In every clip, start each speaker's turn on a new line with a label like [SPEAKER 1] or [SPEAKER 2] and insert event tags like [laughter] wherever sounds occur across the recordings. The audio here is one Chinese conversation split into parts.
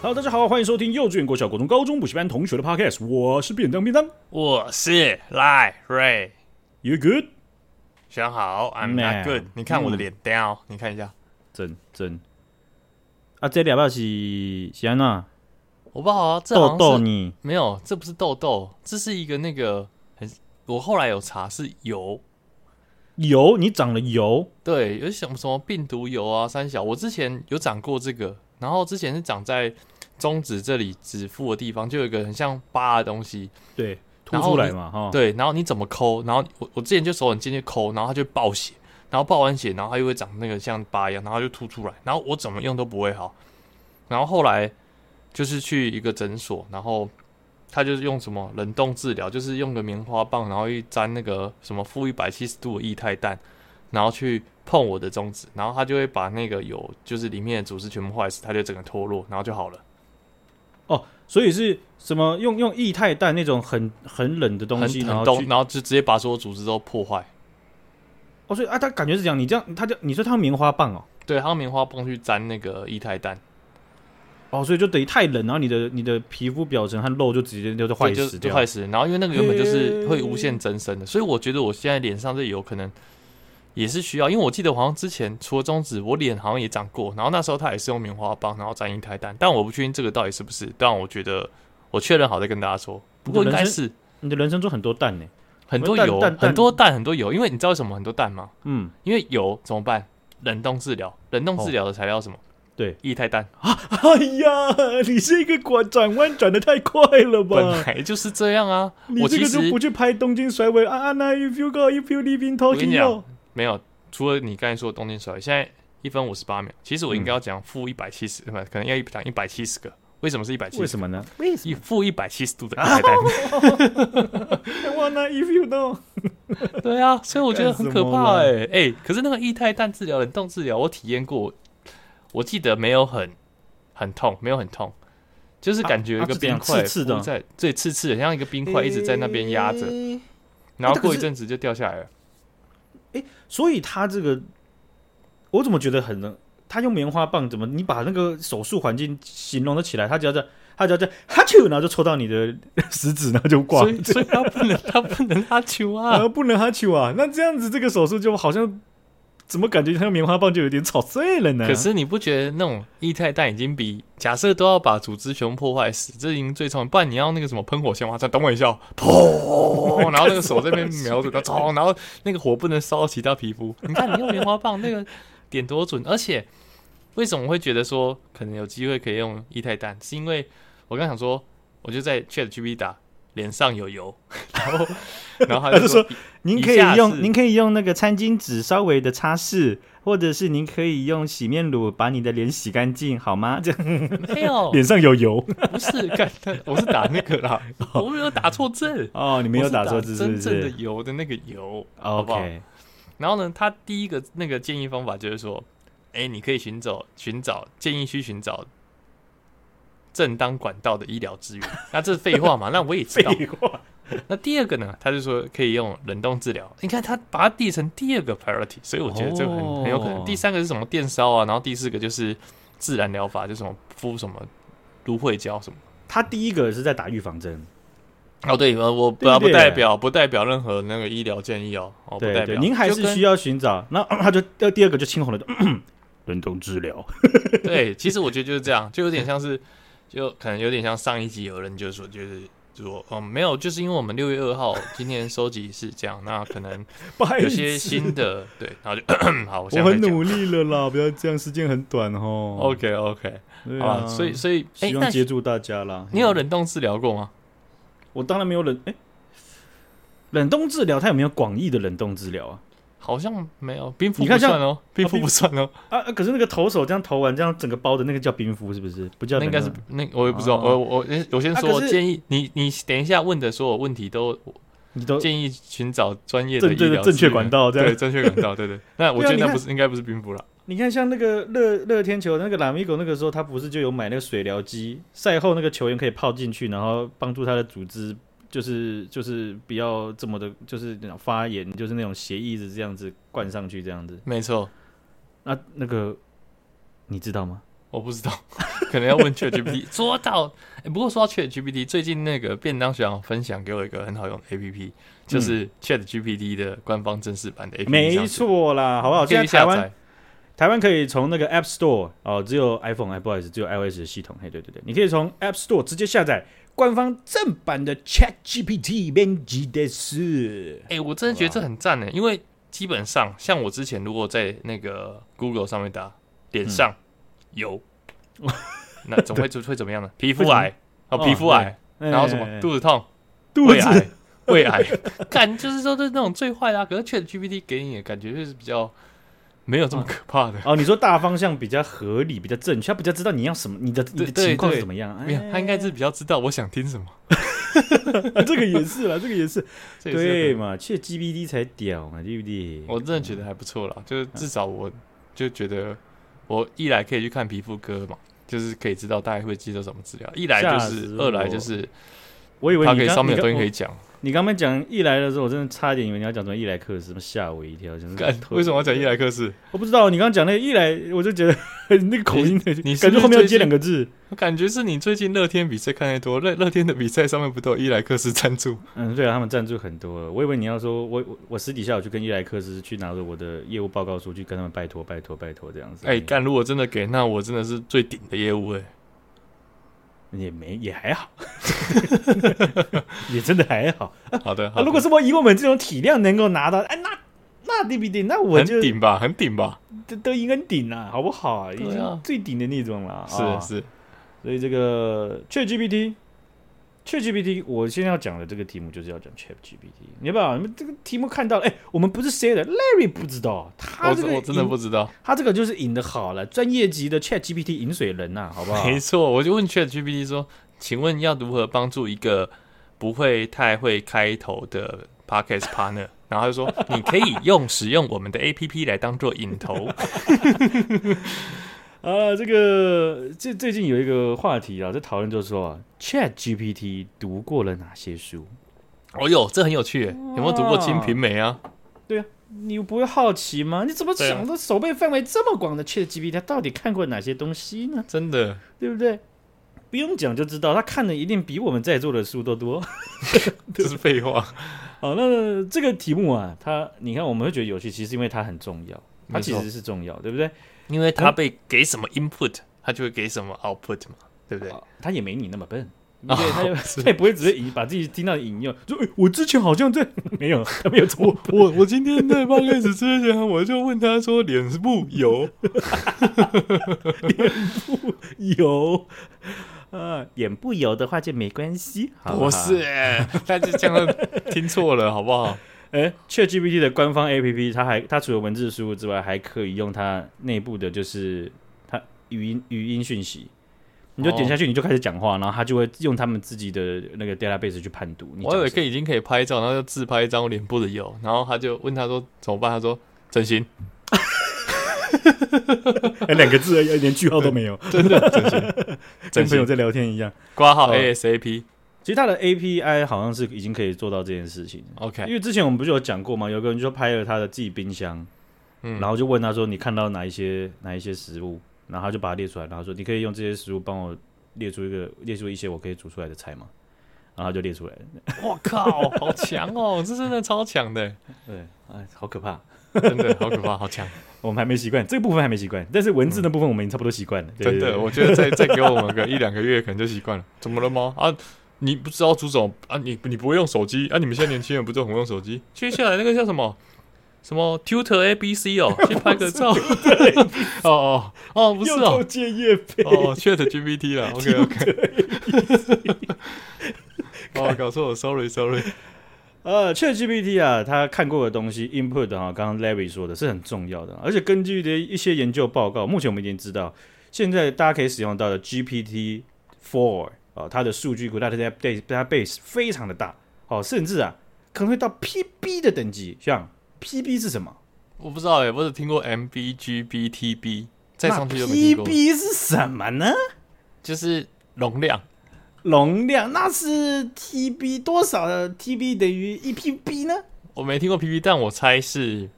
[SPEAKER 1] Hello，大家好，欢迎收听幼稚园、国小、国中、高中补习班同学的 Podcast，我是便当便当
[SPEAKER 2] 我是赖瑞，
[SPEAKER 1] ，You good？
[SPEAKER 2] 选好，I'm
[SPEAKER 1] Man
[SPEAKER 2] not good。你看我的
[SPEAKER 1] 嗯
[SPEAKER 2] 脸 down，你看一下，
[SPEAKER 1] 真真啊，这礼拜是是安娜
[SPEAKER 2] 我不好啊，这好
[SPEAKER 1] 豆
[SPEAKER 2] 像
[SPEAKER 1] 豆
[SPEAKER 2] 是
[SPEAKER 1] 你
[SPEAKER 2] 没有，这不是痘痘，这是一个那个很，我后来有查是油，
[SPEAKER 1] 油，你长了油，
[SPEAKER 2] 对，有什么什么病毒油啊，三小，我之前有长过这个，然后之前是长在中指这里指腹的地方，就有一个很像疤的东西，
[SPEAKER 1] 对，凸
[SPEAKER 2] 然后
[SPEAKER 1] 出来
[SPEAKER 2] 你
[SPEAKER 1] 嘛哈，
[SPEAKER 2] 对，然后你怎么抠，然后我我之前就手很尖去抠，然后它就爆血，然后爆完血，然后它又会长那个像疤一样，然后它就凸出来，然后我怎么用都不会好。然后后来就是去一个诊所，然后他就是用什么冷冻治疗，就是用个棉花棒，然后一沾那个什么负一百七十度的液态氮，然后去碰我的中指，然后它就会把那个有就是里面的组织全部坏死，它就整个脱落，然后就好了。
[SPEAKER 1] 所以是什么用用液态氮那种很很冷的东
[SPEAKER 2] 很
[SPEAKER 1] 西，然
[SPEAKER 2] 很
[SPEAKER 1] 后
[SPEAKER 2] 冻，
[SPEAKER 1] 去
[SPEAKER 2] 然后就直接把所有组织都破坏。
[SPEAKER 1] 哦，所以啊，他感觉是这样，你这样，他就你说他用棉花棒哦，
[SPEAKER 2] 对，他用棉花棒去沾那个液态氮。
[SPEAKER 1] 哦，所以就等于太冷，然后你的你的皮肤表层和肉就直接就就坏
[SPEAKER 2] 对就
[SPEAKER 1] 死
[SPEAKER 2] 就
[SPEAKER 1] 掉，
[SPEAKER 2] 坏死人。然后因为那个原本就是
[SPEAKER 1] 嘿
[SPEAKER 2] 会无限增生的，所以我觉得我现在脸上这有可能也是需要，因为我记得好像之前除了中指，我脸好像也长过，然后那时候他也是用棉花棒，然后沾一胎蛋，但我不确定这个到底是不是，但我觉得我确认好再跟大家说。不过应该是
[SPEAKER 1] 你的人生中很多蛋呢，
[SPEAKER 2] 很多
[SPEAKER 1] 蛋
[SPEAKER 2] 油，
[SPEAKER 1] 蛋蛋
[SPEAKER 2] 很多蛋，很多油，因为你知道为什么很多蛋吗？
[SPEAKER 1] 嗯，
[SPEAKER 2] 因为油怎么办？冷冻治疗，冷冻
[SPEAKER 1] 哦
[SPEAKER 2] 治疗的材料是什么？
[SPEAKER 1] 对，
[SPEAKER 2] 液态氮，
[SPEAKER 1] 哎呀，你这个转转弯转的太快了
[SPEAKER 2] 本？来就是这样啊。我其实
[SPEAKER 1] 去拍东京甩尾啊啊！那 if you go, if you live in
[SPEAKER 2] 我跟你讲，没有，除了你刚才说的东京甩，现在一分五十八秒，其实我
[SPEAKER 1] 嗯
[SPEAKER 2] 应该要讲负一百七十，不，可能要讲一百七十个。为什么是一百七
[SPEAKER 1] 为
[SPEAKER 2] 十？
[SPEAKER 1] 什么呢？
[SPEAKER 2] 一负一百七十
[SPEAKER 1] [laughs]
[SPEAKER 2] 度的海带？
[SPEAKER 1] 哇，那 if you know，
[SPEAKER 2] 对啊，所以我觉得很可
[SPEAKER 1] 干
[SPEAKER 2] 怕哎、
[SPEAKER 1] 什啊
[SPEAKER 2] 欸、哎、可是那个液态氮治疗、冷冻治疗，我体验过，我记得没有很很痛，没有很痛，就是感觉有一
[SPEAKER 1] 啊
[SPEAKER 2] 个
[SPEAKER 1] 啊是怎样
[SPEAKER 2] 冰块
[SPEAKER 1] 刺刺的欸
[SPEAKER 2] 敷在对刺刺的，像一个冰块一直在那边压着，然后过一阵子就掉下来了。
[SPEAKER 1] 所以他这个，我怎么觉得很能？他用棉花棒怎么？你把那个手术环境形容的起来，他只要在，他只要在哈啾，然后就戳到你的食指，然后就挂
[SPEAKER 2] 所。以所以他不能他不能拉
[SPEAKER 1] [laughs]
[SPEAKER 2] 球啊，
[SPEAKER 1] 呃，不能哈啾啊！那这样子，这个手术就好像怎么感觉他用棉花棒就有点吵碎了呢？
[SPEAKER 2] 可是你不觉得那种液态氮已经比假设都要把组织全部破坏死，这已经最痛。不然你要那个什么喷火鲜花再等我一下哦，砰！ [laughs] 然后那个手这边瞄准它，冲，然后那个火不能烧到其他皮肤。你看你用棉花棒那个点多准，而且为什么会觉得说可能有机会可以用液态氮，是因为我刚想说，我就在 Chat GPT 打脸上有油， [laughs] 然后然后他就说
[SPEAKER 1] 您
[SPEAKER 2] 以
[SPEAKER 1] 可以
[SPEAKER 2] 下是
[SPEAKER 1] 用您可以用那个餐巾纸稍微的擦拭，或者是您可以用洗面乳把你的脸洗干净，好吗？这样
[SPEAKER 2] [laughs] 没有，
[SPEAKER 1] 脸上有油
[SPEAKER 2] [laughs] 不是，干，我是打那个啦， [laughs] 我没有打错字。
[SPEAKER 1] 哦，你没有打错字是
[SPEAKER 2] 真
[SPEAKER 1] 不
[SPEAKER 2] 正的
[SPEAKER 1] 是
[SPEAKER 2] 油的那个油。不好
[SPEAKER 1] ？OK，
[SPEAKER 2] 然后呢，他第一个那个建议方法就是说，哎，你可以寻找寻找建议去寻找正当管道的医疗资
[SPEAKER 1] [laughs]
[SPEAKER 2] 源。那这是废话嘛？那我也知道。
[SPEAKER 1] 话，
[SPEAKER 2] 那第二个呢，他就说可以用冷冻治疗。你看他把它列成第二个 priority，所以我觉得这个很、很有可
[SPEAKER 1] 哦
[SPEAKER 2] 能。第三个是什么电烧啊？然后第四个就是自然疗法，就什么敷什么芦荟胶什么。
[SPEAKER 1] 他第一个是在打预防针，
[SPEAKER 2] 哦，对，呃我不
[SPEAKER 1] 对不
[SPEAKER 2] 不
[SPEAKER 1] 对
[SPEAKER 2] 代表不代表任何那个医疗建议哦，哦，不代
[SPEAKER 1] 对
[SPEAKER 2] 表
[SPEAKER 1] 对，您还
[SPEAKER 2] 就是跟
[SPEAKER 1] 需要寻找。那 [clears throat] 他就第第二个就 [clears throat] 青红了，冷冻治疗， [laughs]
[SPEAKER 2] 对，其实我觉得就是这样，就有点像是，就可能有点像上一集有人就说，就是说，嗯，没有，就是因为我们六月二号今天收集是这样，那
[SPEAKER 1] [laughs]
[SPEAKER 2] 可能有些新的，对，然后就嗯好，我现
[SPEAKER 1] 我
[SPEAKER 2] 在
[SPEAKER 1] 很
[SPEAKER 2] 再讲
[SPEAKER 1] 努力了啦，不要这样，时间很短哦。
[SPEAKER 2] ，OK OK，
[SPEAKER 1] 对
[SPEAKER 2] 好
[SPEAKER 1] 啊，
[SPEAKER 2] 吧，所以所以，哎，
[SPEAKER 1] 希望
[SPEAKER 2] 那
[SPEAKER 1] 接住大家啦。
[SPEAKER 2] 你有冷冻治疗过吗？
[SPEAKER 1] 我当然没有冷哎、冷冻治疗它有没有广义的冷冻治疗啊？
[SPEAKER 2] 好像没有，冰敷
[SPEAKER 1] 你
[SPEAKER 2] 不
[SPEAKER 1] 看像
[SPEAKER 2] 算哦，冰敷
[SPEAKER 1] 冰
[SPEAKER 2] 不算哦，
[SPEAKER 1] 啊，啊可是那个投手这样投完，这样整个包的那个叫冰敷是不是？不叫
[SPEAKER 2] 那
[SPEAKER 1] 冷
[SPEAKER 2] 应
[SPEAKER 1] 冻
[SPEAKER 2] 该是那我也不知道，
[SPEAKER 1] 哦
[SPEAKER 2] 我我我先
[SPEAKER 1] 啊
[SPEAKER 2] 说，
[SPEAKER 1] 可
[SPEAKER 2] 我
[SPEAKER 1] 是
[SPEAKER 2] 建议你你等一下问的所有问题都
[SPEAKER 1] 你都
[SPEAKER 2] 建议寻找专业的
[SPEAKER 1] 正
[SPEAKER 2] 医
[SPEAKER 1] 对
[SPEAKER 2] 疗
[SPEAKER 1] 的正
[SPEAKER 2] 资
[SPEAKER 1] 确
[SPEAKER 2] 源
[SPEAKER 1] 管道哦这
[SPEAKER 2] 对
[SPEAKER 1] 样。
[SPEAKER 2] 正确管道，对
[SPEAKER 1] [laughs]
[SPEAKER 2] 对。那我觉得
[SPEAKER 1] 对啊
[SPEAKER 2] 那
[SPEAKER 1] 你
[SPEAKER 2] 不是应该不是冰敷了，
[SPEAKER 1] 你看像那个乐乐天球那个拉米狗那个时候，他不是就有买那个水疗机，赛后那个球员可以泡进去，然后帮助他的组织。就是就是不要这么的，就是那种发炎，就是那种血一直这样子灌上去，这样子。
[SPEAKER 2] 没错。
[SPEAKER 1] 啊那、那个你知道吗？
[SPEAKER 2] 我不知道，可能要问 ChatGPT。说 [laughs] 到，诶不过说到 ChatGPT，最近那个便当学长分享给我一个很好用的 APP，、就是 ChatGPT 的官方正式版的 APP。
[SPEAKER 1] 嗯没，错啦，好不好？
[SPEAKER 2] 可
[SPEAKER 1] 现在
[SPEAKER 2] 以下
[SPEAKER 1] 台湾
[SPEAKER 2] 载。
[SPEAKER 1] 台湾可以从那个 App Store 哦，只有 iPhone，哎，不好意思，只有 iOS 的系统。嘿，对对对，你可以从 App Store 直接下载官方正版的 Chat GPT 编辑的是，
[SPEAKER 2] 哎、我真的觉得这很赞呢，因为基本上像我之前如果在那个 Google 上面打脸上
[SPEAKER 1] 嗯
[SPEAKER 2] 油，
[SPEAKER 1] [laughs]
[SPEAKER 2] 那总会会怎么样呢？皮肤癌
[SPEAKER 1] 哦
[SPEAKER 2] 啊，皮肤癌，然后什
[SPEAKER 1] 哎
[SPEAKER 2] 么肚子痛、 [laughs]
[SPEAKER 1] 肚
[SPEAKER 2] 胃
[SPEAKER 1] 子
[SPEAKER 2] 癌、胃 [laughs] 癌，感就是说这是那种最坏的、啊。可是 Chat GPT 给你的感觉就是比较没有这么可怕的。
[SPEAKER 1] 哦，你说大方向比较合理，比较正确，他比较知道你要什么，你的你
[SPEAKER 2] 对
[SPEAKER 1] 的
[SPEAKER 2] 对
[SPEAKER 1] 情况
[SPEAKER 2] 对
[SPEAKER 1] 是怎么样。
[SPEAKER 2] 没有，他应该是比较知道我想听什么。
[SPEAKER 1] 哎 [laughs] 这个也是啦，这个也是，
[SPEAKER 2] 这也是有可能
[SPEAKER 1] 对嘛？切 GPT 才屌嘛，对不对？
[SPEAKER 2] 我真的觉得还不错啦，就是
[SPEAKER 1] 嗯
[SPEAKER 2] 至少我就觉得，我一来可以去看皮肤科嘛，就是可以知道大概会接受什么治疗；一来就
[SPEAKER 1] 吓死
[SPEAKER 2] 是，
[SPEAKER 1] 我
[SPEAKER 2] 二来就是
[SPEAKER 1] 我以为
[SPEAKER 2] 他
[SPEAKER 1] 你
[SPEAKER 2] 可以
[SPEAKER 1] 刚
[SPEAKER 2] 上面
[SPEAKER 1] 你
[SPEAKER 2] 有
[SPEAKER 1] 刚
[SPEAKER 2] 东西可以讲。
[SPEAKER 1] 你刚刚讲伊莱的时候，我真的差点以为你要讲什么伊莱克斯，什么吓我一跳，想
[SPEAKER 2] 干
[SPEAKER 1] 是
[SPEAKER 2] 为什么要讲伊？莱克斯？
[SPEAKER 1] 我不知道，你刚刚讲那个伊莱，我就觉得 [laughs] 那个口音，
[SPEAKER 2] 你是
[SPEAKER 1] 感
[SPEAKER 2] 不
[SPEAKER 1] 觉
[SPEAKER 2] 是
[SPEAKER 1] 后面要接
[SPEAKER 2] 最近
[SPEAKER 1] 两个字。
[SPEAKER 2] 我感觉是你最近乐天比赛看太多，乐乐天的比赛上面不都有伊莱克斯赞助？
[SPEAKER 1] 嗯，对啊，他们赞助很多了。我以为你要说，我我我私底下我去跟伊莱克斯去拿着我的业务报告书去跟他们拜托拜托拜托这样子。
[SPEAKER 2] 哎、干！如果真的给，那我真的是最顶的业务哎、
[SPEAKER 1] 也没也还
[SPEAKER 2] [laughs]
[SPEAKER 1] 好，也真的还好。
[SPEAKER 2] 好的，好
[SPEAKER 1] 啊，
[SPEAKER 2] 的
[SPEAKER 1] 如果是我以我们这种体量能够拿到，哎，那那对不对？那我
[SPEAKER 2] 很
[SPEAKER 1] 就
[SPEAKER 2] 顶吧，很顶吧，
[SPEAKER 1] 都都应该顶了，好不好啊？已
[SPEAKER 2] 对啊
[SPEAKER 1] 经最顶的那种了。
[SPEAKER 2] 是
[SPEAKER 1] 啊
[SPEAKER 2] 是，
[SPEAKER 1] 所以这个 ChatGPT。ChatGPT，我现在要讲的这个题目就是要讲 ChatGPT，你要不要？你们这个题目看到了，哎、我们不是 say 的，Larry 不知道，他
[SPEAKER 2] 我
[SPEAKER 1] 这个
[SPEAKER 2] 我真的
[SPEAKER 1] 引
[SPEAKER 2] 不知道。
[SPEAKER 1] 他这个就是引的好了，专业级的 ChatGPT 引水人呐、好不好？
[SPEAKER 2] 没错，我就问 ChatGPT 说：“请问要如何帮助一个不会太会开头的 podcast partner？” [laughs] 然后他就说：“你可以用使用我们的 APP 来当做引头。
[SPEAKER 1] 啊，这个最最近有一个话题啊，在讨论就是说啊，ChatGPT 读过了哪些书？”
[SPEAKER 2] 哦哟，这很有趣耶，有没有读过《金瓶梅》啊？
[SPEAKER 1] 你不会好奇吗？你怎么
[SPEAKER 2] 对啊
[SPEAKER 1] 想到手背范围这么广的 ChatGPT，他到底看过哪些东西呢？
[SPEAKER 2] 真的，
[SPEAKER 1] 对不对？不用讲就知道，他看的一定比我们在座的书都多。 [laughs]
[SPEAKER 2] 这是废话。
[SPEAKER 1] 好，那这个题目啊，它你看我们会觉得有趣，其实因为它很重要，它
[SPEAKER 2] 没
[SPEAKER 1] 其
[SPEAKER 2] 错
[SPEAKER 1] 实是重要，对不对？
[SPEAKER 2] 因为他被给什么 input，他就会给什么 output 嘛，对不对？
[SPEAKER 1] 啊他也没你那么
[SPEAKER 2] [laughs]
[SPEAKER 1] 笨，
[SPEAKER 2] 哦
[SPEAKER 1] 对，他也
[SPEAKER 2] 是
[SPEAKER 1] 他也不会直接引把自己听到的引用，说、哎我之前好像在 [laughs] 没有，他没有这
[SPEAKER 2] [laughs]
[SPEAKER 1] 么
[SPEAKER 2] 我我今天在 podcast 之前，我就问他说：“脸部油 [laughs]
[SPEAKER 1] 油，呃，眼不油的话就没关系，好
[SPEAKER 2] 不是？”
[SPEAKER 1] 好
[SPEAKER 2] 哎他就这 [laughs] 样听错了，好不好？
[SPEAKER 1] 哎，ChatGPT 的官方 APP，它还它除了文字输入之外，还可以用它内部的就是它语音语音讯息。你就点下去，你就开始讲话，然后它就会用他们自己的那个 database 去判读你讲
[SPEAKER 2] 我
[SPEAKER 1] 什么。
[SPEAKER 2] 以为可以已经可以拍照，然后就自拍一张我脸部的油，然后他就问他说怎么办，他说整形，
[SPEAKER 1] 哎两个字而已，连句号都没有，[laughs]
[SPEAKER 2] 真的整形，
[SPEAKER 1] 跟
[SPEAKER 2] 整
[SPEAKER 1] 朋友
[SPEAKER 2] 形，
[SPEAKER 1] 在聊天一样。
[SPEAKER 2] 挂号
[SPEAKER 1] 哦
[SPEAKER 2] ASAP，OK，、
[SPEAKER 1] 其实它的 API 好像是已经可以做到这件事情，
[SPEAKER 2] 哎
[SPEAKER 1] 因为之前我们不是有讲过嘛，有个人就拍了他的自己冰箱，
[SPEAKER 2] 嗯
[SPEAKER 1] 然后就问他说你看到哪一些哪一些食物，然后他就把它列出来，然后说你可以用这些食物帮我列出一个列出一些我可以煮出来的菜吗？然后他就列出来了，
[SPEAKER 2] 我靠，好强 [laughs] 哦，这真的超强的，
[SPEAKER 1] 对，哎，好可怕，
[SPEAKER 2] 真的好可怕，好强，
[SPEAKER 1] 我们还没习惯这个部分还没习惯，但是文字的部分我们已经差不多习惯了，对
[SPEAKER 2] 嗯
[SPEAKER 1] 对
[SPEAKER 2] 真
[SPEAKER 1] 对
[SPEAKER 2] 的，我觉得再再给我们个一两个月，可能就习惯了。 [laughs] 怎么了吗？啊，你不知道朱总啊，你你不会用手机啊？你们现在年轻人不都很会用手机？接下来那个叫什么？什么 tutor ABC [laughs] 哦，去拍个照。哦哦哦，不是
[SPEAKER 1] 又
[SPEAKER 2] 哦
[SPEAKER 1] 偷，借业配，
[SPEAKER 2] 哦，Chat GPT 啦，OK OK。哦，搞错了，sorry sorry。
[SPEAKER 1] 呃，ChatGPT 啊，他看过的东西 input 啊，刚刚 Larry 说的是很重要的，而且根据的一些研究报告，目前我们已经知道，现在大家可以使用到的 GPT Four 啊，它的数据库、它的 database database 非常的大，哦，甚至啊可能会到 PB 的等级，像 PB 是什么？
[SPEAKER 2] 我不知道哎，我只听过 MBGBTB，再上去就没
[SPEAKER 1] 那
[SPEAKER 2] 听过。
[SPEAKER 1] PB 是什么呢？
[SPEAKER 2] 就是容量，
[SPEAKER 1] 容量那是 TB 多少的 TB 等于一 PB 呢？
[SPEAKER 2] 我没听过 PP，但我猜是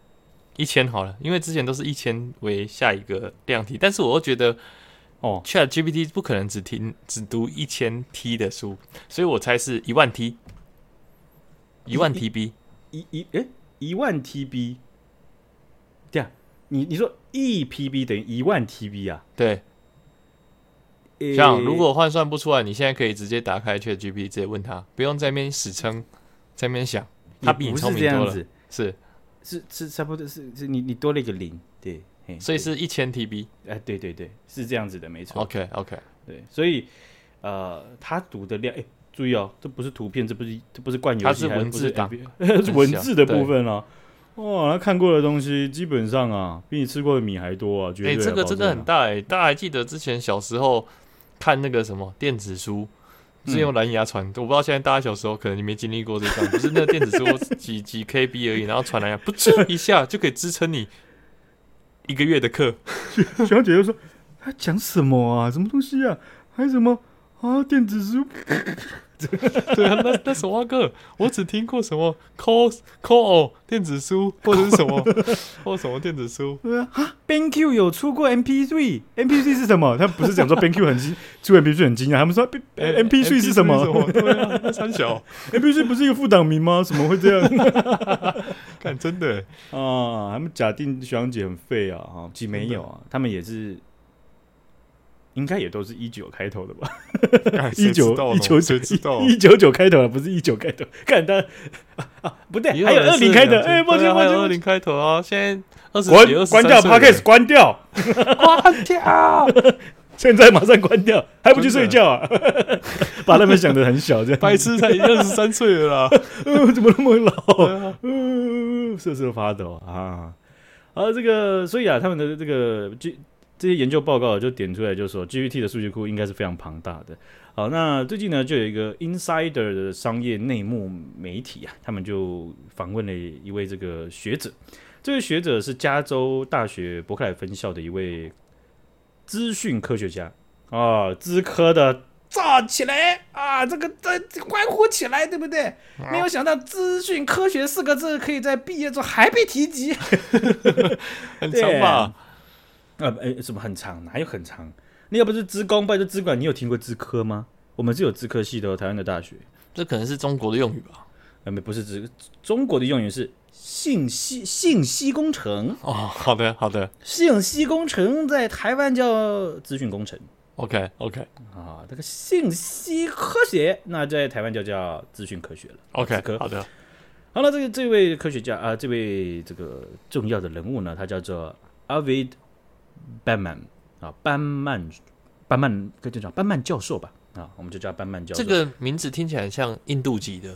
[SPEAKER 2] 一千好了，因为之前都是一千为下一个量体，但是我又觉得哦，Chat GPT 不可能只听只读一千 T 的书，所以我猜是一万 T，一万 TB，
[SPEAKER 1] 一一诶一万 TB，对啊，你你说一 PB 等于一万 TB 啊？
[SPEAKER 2] 对。
[SPEAKER 1] 诶
[SPEAKER 2] 像如果换算不出来，你现在可以直接打开 Chat GPT 直接问他，不用在那边死撑，在那边想，
[SPEAKER 1] 也
[SPEAKER 2] 他比你
[SPEAKER 1] 不
[SPEAKER 2] 聪
[SPEAKER 1] 是这
[SPEAKER 2] 明多
[SPEAKER 1] 样
[SPEAKER 2] 了。
[SPEAKER 1] 子，
[SPEAKER 2] 是，
[SPEAKER 1] 是是差不多是是你你多了一个零，对，嘿
[SPEAKER 2] 所以是一千 TB。
[SPEAKER 1] 哎对对对是这样子的，没错。
[SPEAKER 2] OK OK，
[SPEAKER 1] 对，所以呃，他读的量，哎、注意哦，这不是图片，这不是这不是惯游戏，
[SPEAKER 2] 它是
[SPEAKER 1] 还
[SPEAKER 2] 文字档
[SPEAKER 1] NBA [laughs] 是文
[SPEAKER 2] 小
[SPEAKER 1] 字的
[SPEAKER 2] 对
[SPEAKER 1] 部分哦。哇，他看过的东西基本上啊，比你吃过的米还多啊，绝
[SPEAKER 2] 哎、
[SPEAKER 1] 对、啊。
[SPEAKER 2] 这个
[SPEAKER 1] 保
[SPEAKER 2] 真
[SPEAKER 1] 证
[SPEAKER 2] 的很
[SPEAKER 1] 啊
[SPEAKER 2] 大哎、大家还记得之前小时候看那个什么电子书？
[SPEAKER 1] 嗯
[SPEAKER 2] 是用蓝牙传，我不知道现在大家小时候可能你没经历过这段，不是那个电子书几几 KB 而已，然后传蓝牙，不就一下就可以支撑你一个月的课。
[SPEAKER 1] 小姐就说：“他讲什么啊？什么东西啊？还什么啊？电子书
[SPEAKER 2] 对啊，那那什么歌，我只听过什么 cos call 电子书，或者是
[SPEAKER 1] [laughs]
[SPEAKER 2] 什么，或什么电子书。
[SPEAKER 1] 呃啊 BenQ 有出过 MP3，MP3 是什么？他不是讲说 BenQ 很惊，出 MP3 很惊讶，他们说呃
[SPEAKER 2] 哎
[SPEAKER 1] MP3 是什么
[SPEAKER 2] 么？对啊，那三小，
[SPEAKER 1] ？MP3 不是一个副档名吗？怎么会这样？” [laughs]
[SPEAKER 2] 看真的欸，
[SPEAKER 1] 啊，他们假定学长姐很废啊，哈，其实没有啊，他们也是，应该也都是一九开头的吧，
[SPEAKER 2] 干
[SPEAKER 1] [laughs] 一九一九九
[SPEAKER 2] 谁知道啊？
[SPEAKER 1] 一九九开头的，不是一九开头，看他啊啊，不对，还有
[SPEAKER 2] 人
[SPEAKER 1] 二
[SPEAKER 2] 是
[SPEAKER 1] 零开头，
[SPEAKER 2] 两千
[SPEAKER 1] 哎，抱
[SPEAKER 2] 对
[SPEAKER 1] 歉
[SPEAKER 2] 啊
[SPEAKER 1] 抱
[SPEAKER 2] 还有二
[SPEAKER 1] 歉，
[SPEAKER 2] 零开头啊，现在二十几、二
[SPEAKER 1] 关
[SPEAKER 2] 十
[SPEAKER 1] 关掉 Podcast，关掉，
[SPEAKER 2] 欸关掉，
[SPEAKER 1] [laughs] 现在马上关掉，还不去睡觉啊？ [laughs] 把他们想的很小，这样，
[SPEAKER 2] [laughs] 白痴才二十三岁
[SPEAKER 1] [laughs]
[SPEAKER 2] 了啦。
[SPEAKER 1] 呃怎么那么老？
[SPEAKER 2] 对啊
[SPEAKER 1] 呃瑟瑟发抖啊！而这个，所以啊，他们的这个 G 这些研究报告就点出来，就是说 GPT 的数据库应该是非常庞大的。好，那最近呢，就有一个 Insider 的商业内幕媒体啊，他们就访问了一位这个学者，这位学者是加州大学伯克莱分校的一位资讯科学家啊，资科的。燥起来啊！这个这这欢呼起来，对不对？没有想到“资讯科学”四个字可以在毕业之后还被提及。
[SPEAKER 2] 很长吧？
[SPEAKER 1] 呃，哎，什么很长？哪有很长？你要不是资工，不然就资管。你有听过资科吗？我们是有资科系的、哦，台湾的大学。
[SPEAKER 2] 这可能是中国的用语吧？
[SPEAKER 1] 呃，没，不是资，中国的用语是信息信息工程，
[SPEAKER 2] 哦，好的，好的
[SPEAKER 1] 信息工程在台湾叫资讯工程
[SPEAKER 2] ，OK OK
[SPEAKER 1] 啊。这个信息科学，那在台湾就叫资讯科学了。此
[SPEAKER 2] OK，
[SPEAKER 1] 刻
[SPEAKER 2] 好的，
[SPEAKER 1] 好了，这个这位科学家啊、这位这个重要的人物呢，他叫做 Avid Banman 啊，班曼，班曼，可以叫班曼教授吧啊，我们就叫班曼教授。
[SPEAKER 2] 这个名字听起来很像印度籍的。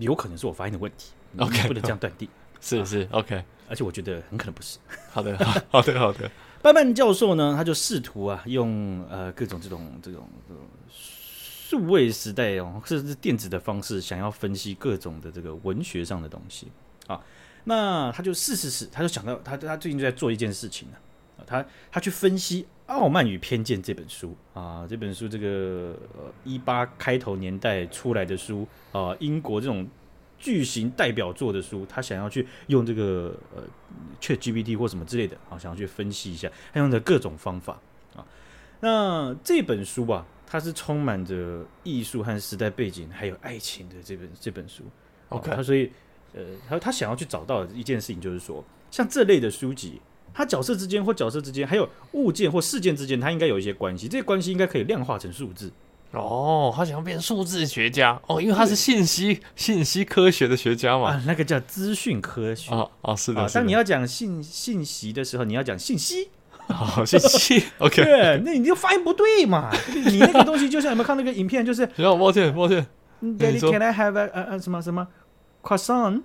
[SPEAKER 1] 有可能是我发音的问题嗯
[SPEAKER 2] OK
[SPEAKER 1] 不能这样断定，
[SPEAKER 2] 是是、o k
[SPEAKER 1] 而且我觉得很可能不是。
[SPEAKER 2] 啊 [laughs] 好的，好的，好的，
[SPEAKER 1] 班曼教授呢，他就试图啊，用呃各种这种这种这种数位时代哦，甚至电子的方式，想要分析各种的这个文学上的东西啊。那他就试试试，他就想到他他最近就在做一件事情呢、啊，他他去分析《傲慢与偏见》这本书啊，这本书这个呃一八开头年代出来的书啊，英国这种巨型代表作的书，他想要去用这个呃 ChatGPT 或什么之类的啊，想要去分析一下，他用的各种方法啊。那这本书啊，它是充满着艺术和时代背景，还有爱情的这本这本书。啊
[SPEAKER 2] OK
[SPEAKER 1] 他所以呃，他他想要去找到的一件事情，就是说，像这类的书籍，它角色之间或角色之间，还有物件或事件之间，它应该有一些关系，这些关系应该可以量化成数字。
[SPEAKER 2] 哦，他想要变数字学家哦，因为他是信息 [laughs] 信息科学的学家嘛。
[SPEAKER 1] 啊，那个叫资讯科学。
[SPEAKER 2] 啊啊，是的，
[SPEAKER 1] 啊，
[SPEAKER 2] 是的
[SPEAKER 1] 当你要讲信信息的时候，你要讲信息，
[SPEAKER 2] 好信
[SPEAKER 1] [laughs]
[SPEAKER 2] 息 [laughs] ，OK。
[SPEAKER 1] 对，那你就发音不对嘛。 [laughs] 你那个东西就像有没有看那个影片，就是
[SPEAKER 2] 然后抱歉，抱歉。
[SPEAKER 1] 嗯
[SPEAKER 2] 那你
[SPEAKER 1] Daddy
[SPEAKER 2] 说
[SPEAKER 1] Can I have a 呃呃什么什么 croissant？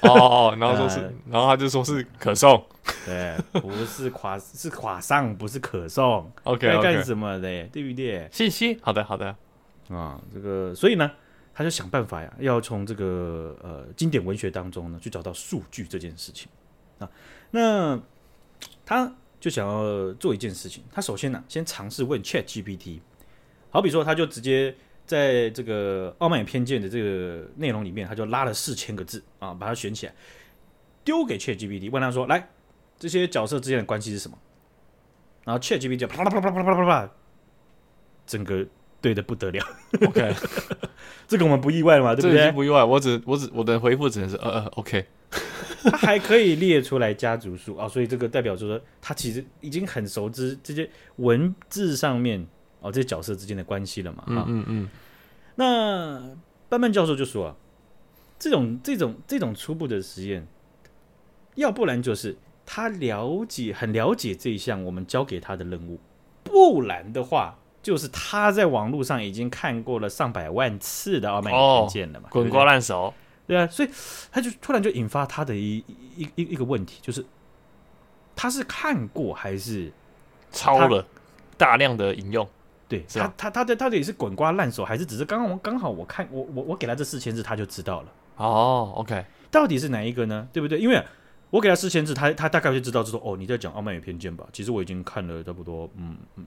[SPEAKER 2] 哦哦，然后说是
[SPEAKER 1] 呃，
[SPEAKER 2] 然后他就说是可颂
[SPEAKER 1] [laughs] 对，不是垮是垮上，不是可颂，
[SPEAKER 2] ，OK
[SPEAKER 1] 在干
[SPEAKER 2] OK。
[SPEAKER 1] 什么的，对不对？
[SPEAKER 2] 信息，好的好的，
[SPEAKER 1] 啊，这个所以呢，他就想办法呀，要从这个呃经典文学当中呢去找到数据这件事情啊。那他就想要做一件事情，他首先呢、先尝试问 Chat GPT，好比说，他就直接在这个《傲慢与偏见》的这个内容里面，他就拉了四千个字啊，把它选起来，丢给 Chat GPT，问他说：“来，这些角色之间的关系是什么？”然后 ChatGPT 就啪啦啪啦啪啦啪啦啪啦啪啦，整个对的不得了。
[SPEAKER 2] OK，
[SPEAKER 1] [laughs] 这个我们不意外嘛，对
[SPEAKER 2] 这
[SPEAKER 1] 不
[SPEAKER 2] 已经
[SPEAKER 1] 对？
[SPEAKER 2] 不意外，我只我只我的回复只能是呃呃 OK，
[SPEAKER 1] [laughs] 它还可以列出来家族数啊、所以这个代表说他其实已经很熟知这些文字上面哦这些角色之间的关系了嘛。
[SPEAKER 2] 嗯
[SPEAKER 1] 啊，
[SPEAKER 2] 嗯嗯，
[SPEAKER 1] 那班曼教授就说啊，这种这种这种初步的实验，要不然就是他了解很了解这一项我们交给他的任务，不然的话。就是他在网络上已经看过了上百万次的《傲慢
[SPEAKER 2] 哦
[SPEAKER 1] 与偏见》了嘛，
[SPEAKER 2] 滚
[SPEAKER 1] 对不对
[SPEAKER 2] 瓜烂熟，
[SPEAKER 1] 对啊，所以他就突然就引发他的一一一一个问题，就是他是看过还是
[SPEAKER 2] 超了，大量的引用，
[SPEAKER 1] 对
[SPEAKER 2] 是
[SPEAKER 1] 他
[SPEAKER 2] 吧
[SPEAKER 1] 他他的到底是滚瓜烂熟，还是只是刚刚我刚好我看我我我给他这四千字他就知道了，
[SPEAKER 2] 哦 OK，
[SPEAKER 1] 到底是哪一个呢？对不对？因为我给他四千字，他他大概就知道就说哦你在讲《傲慢与偏见》吧，其实我已经看了差不多嗯嗯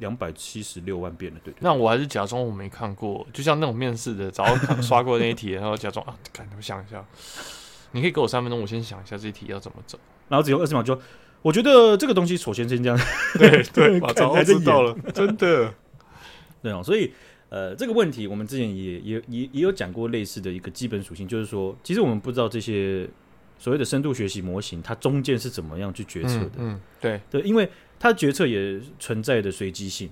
[SPEAKER 1] 两百七十六万遍了，对对
[SPEAKER 2] 那我还是假装我没看过，就像那种面试的，早上看刷过那一题，然后假装啊，看我想一下，你可以给我三分钟，我先想一下这一题要怎么走。
[SPEAKER 1] 然后只有二十秒就。我觉得这个东西首先先这样，
[SPEAKER 2] 对
[SPEAKER 1] 对
[SPEAKER 2] [laughs] 我
[SPEAKER 1] 看
[SPEAKER 2] 早
[SPEAKER 1] 还
[SPEAKER 2] 就
[SPEAKER 1] 在 [laughs]
[SPEAKER 2] 知道了，真的。
[SPEAKER 1] 对哦，所以呃，这个问题我们之前也也也也有讲过类似的一个基本属性，就是说，其实我们不知道这些所谓的深度学习模型，它中间是怎么样去决策的
[SPEAKER 2] 嗯，，嗯对，
[SPEAKER 1] 对，因为它决策也存在的随机性，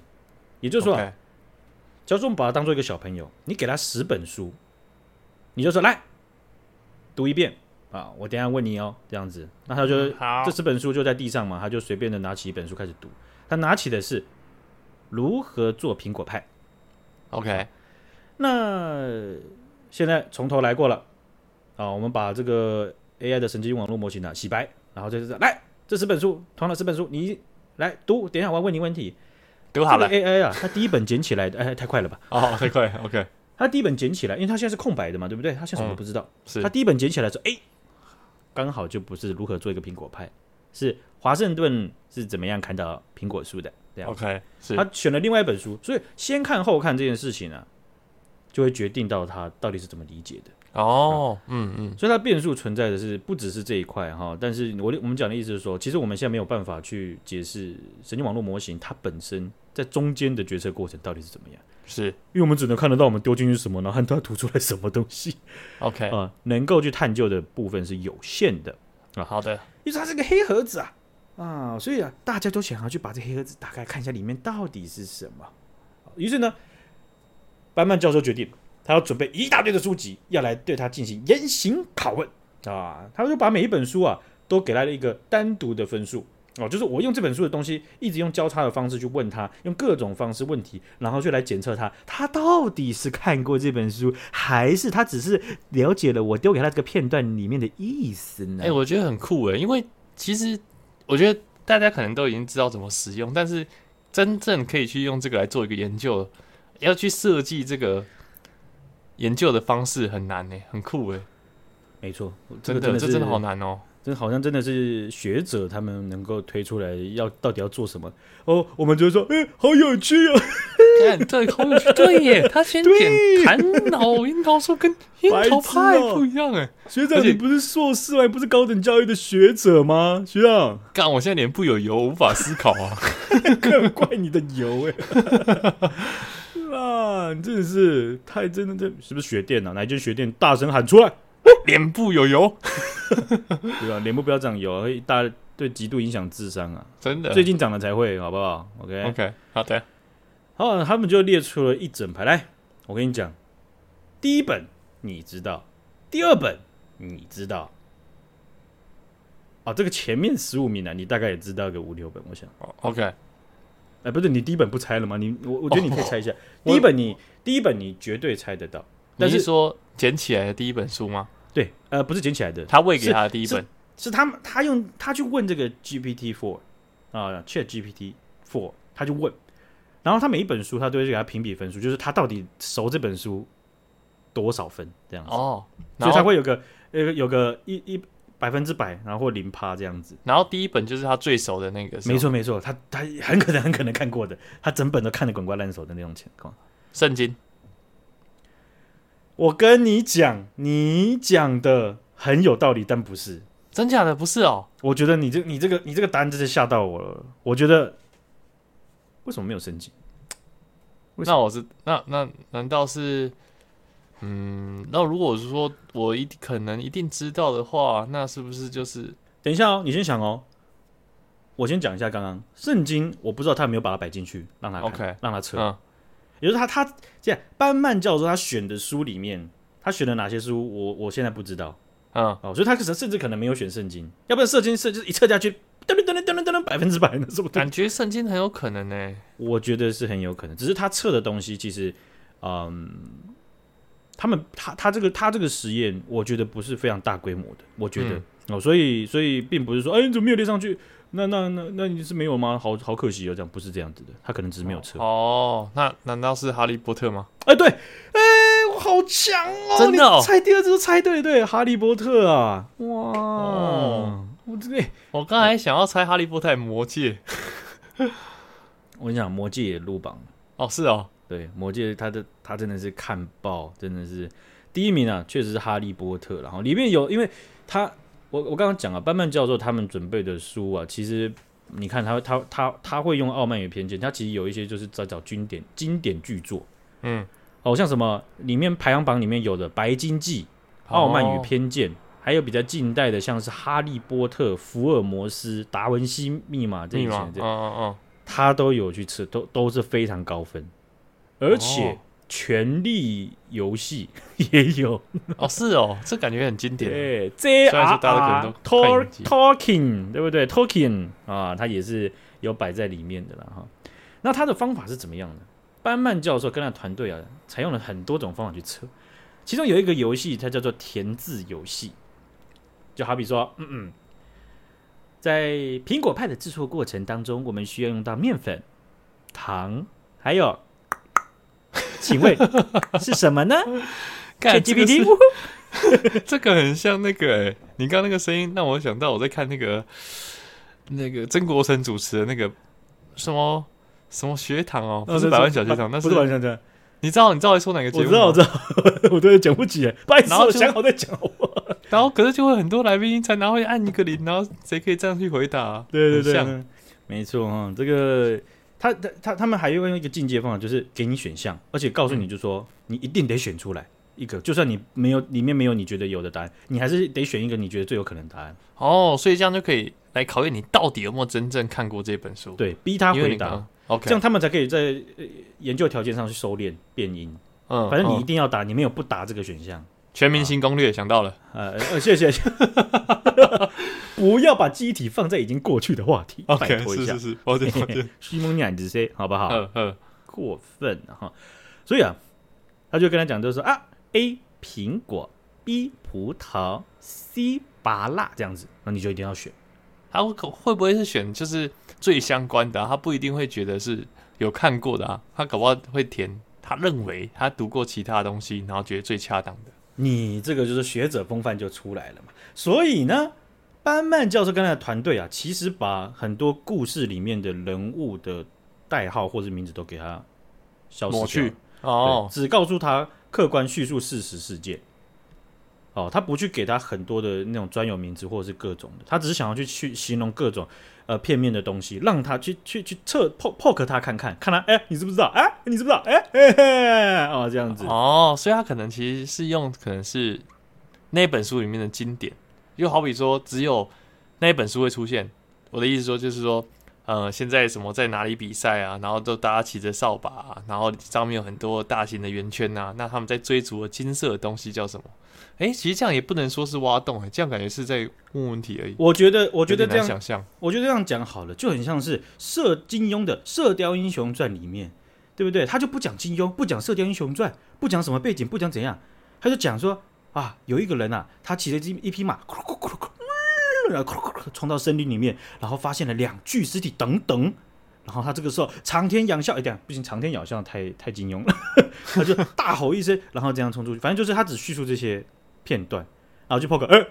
[SPEAKER 1] 也就是说啊，
[SPEAKER 2] OK，
[SPEAKER 1] 假如说我们把它当做一个小朋友，你给他十本书，你就说来读一遍啊，我等一下问你哦，这样子，那他就
[SPEAKER 2] 好
[SPEAKER 1] 这十本书就在地上嘛，他就随便的拿起一本书开始读，他拿起的是如何做苹果派。
[SPEAKER 2] ，OK，
[SPEAKER 1] 那现在从头来过了啊，我们把这个 AI 的神经网络模型呢、洗白，然后就是来这十本书，同样的十本书，你来读。等一下我要问你问题。
[SPEAKER 2] 读好
[SPEAKER 1] 这个
[SPEAKER 2] 了，
[SPEAKER 1] AI 啊，它第一本捡起来的，哎，太快了吧？
[SPEAKER 2] 哦，太快，OK，
[SPEAKER 1] 它第一本捡起来，因为它现在是空白的嘛，对不对？它现在什么都不知道。
[SPEAKER 2] 嗯是
[SPEAKER 1] 它第一本捡起来说，哎，刚好就不是如何做一个苹果派，是华盛顿是怎么样砍倒苹果树的这样。
[SPEAKER 2] OK，是
[SPEAKER 1] 他选了另外一本书，所以先看后看这件事情呢、啊，就会决定到他到底是怎么理解的。
[SPEAKER 2] 哦，嗯嗯，
[SPEAKER 1] 所以它变数存在的是不只是这一块哈，但是我我们讲的意思是说，其实我们现在没有办法去解释神经网络模型它本身在中间的决策过程到底是怎么样，
[SPEAKER 2] 是
[SPEAKER 1] 因为我们只能看得到我们丢进去什么，然后它吐出来什么东西啊、
[SPEAKER 2] OK，
[SPEAKER 1] 能够去探究的部分是有限的，
[SPEAKER 2] 好的，
[SPEAKER 1] 因为它是个黑盒子啊啊，所以啊，大家都想要去把这黑盒子打开看一下里面到底是什么，于是呢，班曼教授决定，他要准备一大堆的书籍，要来对他进行严刑拷问啊！他就把每一本书啊，都给他了一个单独的分数哦，就是我用这本书的东西，一直用交叉的方式去问他，用各种方式问题，然后就来检测他，他到底是看过这本书，还是他只是了解了我丢给他这个片段里面的意思呢？
[SPEAKER 2] 哎、我觉得很酷哎，因为其实我觉得大家可能都已经知道怎么使用，但是真正可以去用这个来做一个研究，要去设计这个研究的方式很难呢，很酷哎，
[SPEAKER 1] 没错，这个
[SPEAKER 2] 真的，
[SPEAKER 1] 真的
[SPEAKER 2] 这
[SPEAKER 1] 是
[SPEAKER 2] 真的好难哦、
[SPEAKER 1] 这好像真的是学者他们能够推出来要到底要做什么哦，我们就会说，哎、好有趣哦，
[SPEAKER 2] 看这好有趣，对耶，他先点弹脑樱桃树跟樱
[SPEAKER 1] 哦
[SPEAKER 2] 桃派不一样哎，
[SPEAKER 1] [laughs] 学长，
[SPEAKER 2] 而
[SPEAKER 1] 你
[SPEAKER 2] 且
[SPEAKER 1] 不是硕士吗？你不是高等教育的学者吗？学长， [laughs]
[SPEAKER 2] 干，我现在脸部有油，我无法思考啊， [laughs]
[SPEAKER 1] 更怪你的油哎、 [laughs] 啊，你真的是太真的这是不是学店啊？哪一间学店大声喊出来，
[SPEAKER 2] 脸部有油，
[SPEAKER 1] 对吧、脸部不要长油，会大对极度影响智商啊。
[SPEAKER 2] 真的。
[SPEAKER 1] 最近长了才会，好不好？OK，,
[SPEAKER 2] OK，好的，
[SPEAKER 1] 好，他们就列出了一整排来。我跟你讲，第一本你知道，第二本你知道。啊，这个前面十五名呢、啊，你大概也知道个五六本，我想。
[SPEAKER 2] 哦 OK，
[SPEAKER 1] 哎，不是你第一本不猜了吗？你我我觉得你可以猜一下，
[SPEAKER 2] 我
[SPEAKER 1] 第一本你第一本你绝对猜得到，但
[SPEAKER 2] 你
[SPEAKER 1] 是
[SPEAKER 2] 是说捡起来的第一本书吗？
[SPEAKER 1] 对，呃，不是捡起来的，
[SPEAKER 2] 他喂给他的第一本，
[SPEAKER 1] 是他们他用他去问这个 GPT Four 啊，Chat GPT Four，他就问，然后他每一本书他都会给他评比分数，就是他到底熟这本书多少分这样子，
[SPEAKER 2] 哦，
[SPEAKER 1] 所
[SPEAKER 2] 然
[SPEAKER 1] 以他
[SPEAKER 2] 后
[SPEAKER 1] 会有个有个有个一一百分之百，然后或零趴这样子。
[SPEAKER 2] 然后第一本就是他最熟的那个，
[SPEAKER 1] 没，错没错，他他很可能很可能看过的，他整本都看得滚瓜烂熟的那种情况。
[SPEAKER 2] 圣经
[SPEAKER 1] 我跟你讲，你讲的很有道理，但不是。
[SPEAKER 2] 真假的不是哦，
[SPEAKER 1] 我觉得你这、你这个、你这个答案真是吓到我了。我觉得为什么没有升级？为什
[SPEAKER 2] 那我是那那难道是嗯？那如果是说我一定可能一定知道的话，那是不是就是
[SPEAKER 1] 等一下哦，你先想哦。我先讲一下刚刚圣经，我不知道他有没有把它摆进去，让他看
[SPEAKER 2] OK
[SPEAKER 1] 让他测。
[SPEAKER 2] 嗯
[SPEAKER 1] 也就是他他这样，班曼教授他选的书里面，他选了哪些书，我我现在不知道
[SPEAKER 2] 嗯
[SPEAKER 1] 哦，所以他可能甚至可能没有选圣经，要不然圣经是就是一测下去，噔噔噔噔噔噔噔，百分之百那是不对？
[SPEAKER 2] 感觉圣经很有可能呢、欸
[SPEAKER 1] 我觉得是很有可能，只是他测的东西其实，嗯，他们他他这个他这个实验，我觉得不是非常大规模的，我觉得、
[SPEAKER 2] 嗯
[SPEAKER 1] 哦，所以所以并不是说，哎、你怎么没有列上去？那那那那你是没有吗？好好可惜哦，这样不是这样子的，他可能只是没有测。
[SPEAKER 2] 哦，那难道是哈利波特吗？
[SPEAKER 1] 哎、对，哎、我好强哦！
[SPEAKER 2] 真的哦
[SPEAKER 1] 你猜第二次都猜对，对，哈利波特啊，哇，
[SPEAKER 2] 哦
[SPEAKER 1] 我这个，哎
[SPEAKER 2] 我刚才想要猜哈利波特还魔戒
[SPEAKER 1] 我跟你讲，魔戒也入榜了，
[SPEAKER 2] 哦，是哦，
[SPEAKER 1] 对，魔戒他的他真的是看爆，真的是第一名啊，确实是哈利波特啦，然后里面有，因为他，我我刚刚讲啊，班曼教授他们准备的书啊，其实。你看他他他他会用《傲慢与偏见》，他其实有一些就是在找经典经典巨作，
[SPEAKER 2] 嗯，
[SPEAKER 1] 好、像什么里面排行榜里面有的《白金记》《傲慢
[SPEAKER 2] 哦
[SPEAKER 1] 与偏见》还有比较近代的像是《哈利波特》《福尔摩斯》《达文西密码》这
[SPEAKER 2] 密
[SPEAKER 1] 一
[SPEAKER 2] 码，
[SPEAKER 1] 些
[SPEAKER 2] 嗯，
[SPEAKER 1] 这
[SPEAKER 2] 嗯嗯，
[SPEAKER 1] 他都有去吃，都都是非常高分，而且
[SPEAKER 2] 哦
[SPEAKER 1] 《权力游戏》 [laughs] 也有。
[SPEAKER 2] 哦是哦，这感觉很经典。
[SPEAKER 1] 对，J
[SPEAKER 2] 虽然
[SPEAKER 1] R
[SPEAKER 2] 说大家可
[SPEAKER 1] R
[SPEAKER 2] 能都看
[SPEAKER 1] Tor
[SPEAKER 2] 影集
[SPEAKER 1] Talking，对不对？Talking 啊，它也是有摆在里面的啦哈。那他的方法是怎么样的？班曼教授跟他团队啊，采用了很多种方法去测，其中有一个游戏，它叫做填字游戏，就好比说，嗯嗯，在苹果派的制作过程当中，我们需要用到面粉、糖，还有，请问是什
[SPEAKER 2] [laughs]
[SPEAKER 1] 么呢
[SPEAKER 2] 干这个
[SPEAKER 1] ？ChatGPT
[SPEAKER 2] 是这个很像那个、欸，你刚刚那个声音让我想到我在看那个那个曾国成主持的那个什么什么学堂哦，不是百万小学堂，那
[SPEAKER 1] 不是百万小学堂，
[SPEAKER 2] 你知道你知道在说哪个节
[SPEAKER 1] 我
[SPEAKER 2] 目？
[SPEAKER 1] 知道，我知
[SPEAKER 2] 道。
[SPEAKER 1] 道， [laughs] 我都有讲不起来，不好意思，
[SPEAKER 2] 然后
[SPEAKER 1] 我
[SPEAKER 2] 就
[SPEAKER 1] 想好再讲好不好？
[SPEAKER 2] 然后可是就会很多来宾才，然后会按一个零，然后啊谁可以这样去回答、
[SPEAKER 1] 对对
[SPEAKER 2] 很像
[SPEAKER 1] 对，没错哈，这个他他他他们还用一个进阶方法，就是给你选项，而且告诉你就说、你一定得选出来一个，就算你没有里面没有你觉得有的答案，你还是得选一个你觉得最有可能的答案，
[SPEAKER 2] 哦，所以这样就可以来考验你到底有没有真正看过这本书。，
[SPEAKER 1] 对，逼他
[SPEAKER 2] 因为
[SPEAKER 1] 回
[SPEAKER 2] 你
[SPEAKER 1] 答
[SPEAKER 2] 刚，OK，
[SPEAKER 1] 这样他们才可以在、呃研究条件上去收敛变音。
[SPEAKER 2] 嗯
[SPEAKER 1] 反正你一
[SPEAKER 2] 嗯
[SPEAKER 1] 定要答，你没有不答这个选项。
[SPEAKER 2] 全明星攻略想到了，
[SPEAKER 1] 呃，呃谢谢， [laughs] 不要把记忆体放在已经过去的话题， [laughs] 拜
[SPEAKER 2] OK，
[SPEAKER 1] 托一
[SPEAKER 2] 是
[SPEAKER 1] 下
[SPEAKER 2] 是。
[SPEAKER 1] [laughs]
[SPEAKER 2] 是，我对我对，
[SPEAKER 1] 西蒙尼亚直 C，好不好？
[SPEAKER 2] 嗯嗯，
[SPEAKER 1] 过分啊哈！所以啊，他就跟他讲，就是说啊，A 苹果，B 葡萄，C 拔蜡这样子，那你就一定要选。
[SPEAKER 2] 他会会不会是选就是最相关的、啊？他不一定会觉得是有看过的啊，他搞不好会填他认为他读过其他东西，然后觉得最恰当的。
[SPEAKER 1] 你这个就是学者风范就出来了嘛。所以呢，班曼教授跟他的团队啊，其实把很多故事里面的人物的代号或者名字都给他消失
[SPEAKER 2] 抹
[SPEAKER 1] 掉了
[SPEAKER 2] 去哦
[SPEAKER 1] 对，只告诉他客观叙述事实事件。哦，他不去给他很多的那种专有名词或者是各种的，他只是想要去去形容各种呃片面的东西，让他去去去测 poke poke 他看看，看他哎、你知不知道？哎、你知不知道？哎、嘿嘿哦这样子，
[SPEAKER 2] 哦，所以他可能其实是用可能是那本书里面的经典，就好比说只有那一本书会出现。我的意思说就是说，呃，现在什么在哪里比赛啊，然后都大家骑着扫把、啊，然后上面有很多大型的圆圈啊，那他们在追逐的金色的东西叫什么？诶，其实这样也不能说是挖洞、诶，这样感觉是在问问题而已。
[SPEAKER 1] 我觉得我
[SPEAKER 2] 我
[SPEAKER 1] 觉得这样
[SPEAKER 2] 想象，
[SPEAKER 1] 我觉得这样讲好了，就很像是射金庸的《射雕英雄传》里面，对不对？他就不讲金庸，不讲《射雕英雄传》，不讲什么背景，不讲怎样，他就讲说啊，有一个人啊，他骑着一一匹马，咕噜咕噜咕噜咕噜嗯然后咕噜咕噜咕噜冲到森林里面，然后发现了两具尸体，等等。然后他这个时候长天仰笑，哎，这样不行，长天仰笑太太金庸了，他就大吼一声，然后这样冲出去。反正就是他只叙述这些片段，然后就 poke，哎，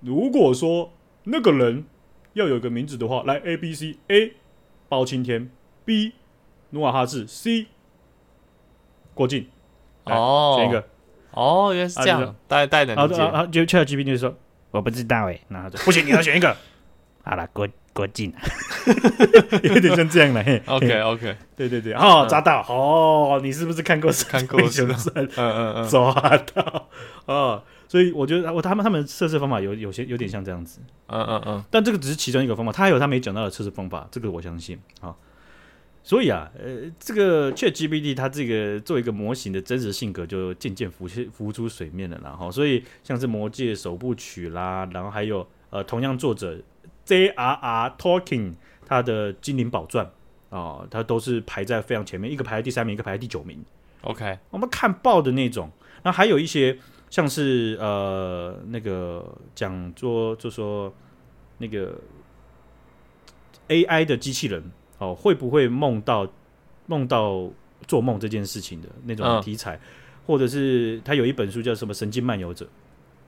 [SPEAKER 1] 如果说那个人要有一个名字的话，来 A B C A 包青天，B 努瓦哈赤，C 郭靖，来
[SPEAKER 2] 哦，
[SPEAKER 1] 哎选一个。
[SPEAKER 2] 哦，原来是这
[SPEAKER 1] 啊就啊
[SPEAKER 2] 样，大家大家
[SPEAKER 1] 然后
[SPEAKER 2] 能理
[SPEAKER 1] 就欸
[SPEAKER 2] 解
[SPEAKER 1] [laughs] 然后就 ChatGPT 就说我不知道哎，然后他就不行，你要选一个。好啦，国国啊境， [laughs] 有点像这样了。嘿
[SPEAKER 2] OK OK，
[SPEAKER 1] 对对对，哦，
[SPEAKER 2] 嗯
[SPEAKER 1] 抓到哦，你是不是看过《
[SPEAKER 2] 看过
[SPEAKER 1] [laughs] 熊
[SPEAKER 2] 是吧
[SPEAKER 1] 山》？
[SPEAKER 2] 嗯嗯嗯，
[SPEAKER 1] 抓到哦，所以我觉得我他们他们测试方法有有些有点像这样子，
[SPEAKER 2] 嗯嗯嗯，
[SPEAKER 1] 但这个只是其中一个方法，他还有他没讲到的测试方法，这个我相信啊、好所以啊，呃，这个 ChatGPT 它这个做一个模型的真实性格就渐渐浮现浮出水面了啦，然后所以像是《魔界首部曲》啦，然后还有呃，同样作者 J.R.R. Tolkien 他的《精灵宝钻》啊、它都是排在非常前面，一个排在第三名，一个排在第九名。
[SPEAKER 2] OK，
[SPEAKER 1] 我们看报的那种。那还有一些像是呃那个讲做就说那个 AI 的机器人哦，会不会梦到梦到做梦这件事情的那种
[SPEAKER 2] 嗯
[SPEAKER 1] 题材，或者是他有一本书叫什么《神经漫游者》。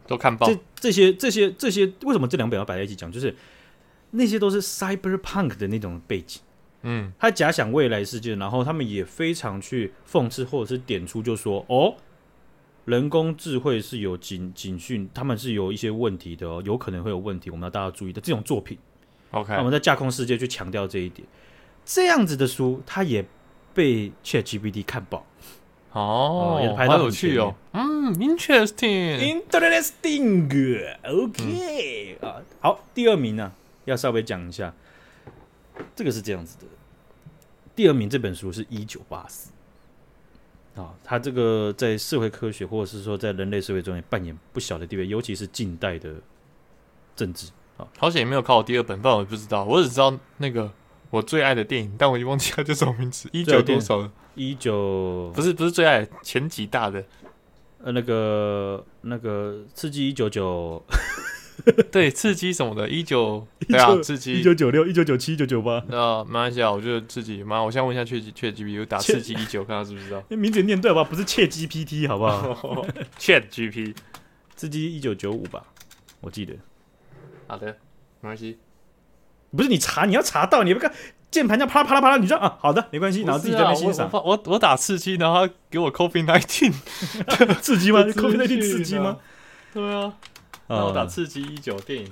[SPEAKER 2] 都看爆
[SPEAKER 1] 这这些这些这些，为什么这两本要摆在一起讲？就是那些都是 cyberpunk 的那种背景。
[SPEAKER 2] 嗯
[SPEAKER 1] 他假想未来世界，然后他们也非常去讽刺或者是点出，就说哦，人工智慧是有警警讯，他们是有一些问题的、哦，有可能会有问题，我们要大家注意的这种作品，
[SPEAKER 2] ，OK，哦
[SPEAKER 1] 他们在架空世界去强调这一点，这样子的书，它也被 ChatGPT 看爆。哦也
[SPEAKER 2] 哦，
[SPEAKER 1] 排到
[SPEAKER 2] 好有
[SPEAKER 1] 很前
[SPEAKER 2] 趣哦，嗯，interesting， [laughs]
[SPEAKER 1] Interesting，OK、啊，
[SPEAKER 2] 嗯
[SPEAKER 1] 好，第二名呢、要稍微讲一下，这个是这样子的。第二名这本书是一九八四，啊，它这个在社会科学或者是说在人类社会中也扮演不小的地位，尤其是近代的政治。
[SPEAKER 2] 好险也没有考我第二本，不然我不知道，我只知道那个我最爱的电影，但我已经忘记它叫什么名字，
[SPEAKER 1] [laughs]
[SPEAKER 2] 一
[SPEAKER 1] 最爱
[SPEAKER 2] 九
[SPEAKER 1] 的电
[SPEAKER 2] 多
[SPEAKER 1] 影
[SPEAKER 2] 少了，
[SPEAKER 1] 一九
[SPEAKER 2] 不是不是最爱，前几
[SPEAKER 1] [laughs]
[SPEAKER 2] 大的，
[SPEAKER 1] 呃那个那个刺激一九九
[SPEAKER 2] 对，刺激什么的，一九，对啊，刺激
[SPEAKER 1] 一。九九六一九九七一九九八，
[SPEAKER 2] 那没关系啊，我觉得自己妈，我先问一下确确 GPT，打刺激一九，看他知不知
[SPEAKER 1] [laughs]
[SPEAKER 2] 道。哦
[SPEAKER 1] 名字念对吧？不是切 GPT 好不
[SPEAKER 2] [laughs]
[SPEAKER 1] 好？
[SPEAKER 2] Chat GP，
[SPEAKER 1] 刺激一九九五吧，我记得。
[SPEAKER 2] 好的，没关系。
[SPEAKER 1] 不是你查，你要查到，你不看键盘这样啪啦啪啦啪啦，你说啊，好的，没关系，然后自己在那边欣赏，
[SPEAKER 2] [laughs] 我我我打刺激，然后他给我 COVID nineteen，
[SPEAKER 1] 刺激吗？
[SPEAKER 2] [laughs]
[SPEAKER 1] 扣在定刺激吗？？
[SPEAKER 2] 对啊，那
[SPEAKER 1] 啊，
[SPEAKER 2] 我打刺激一九电影。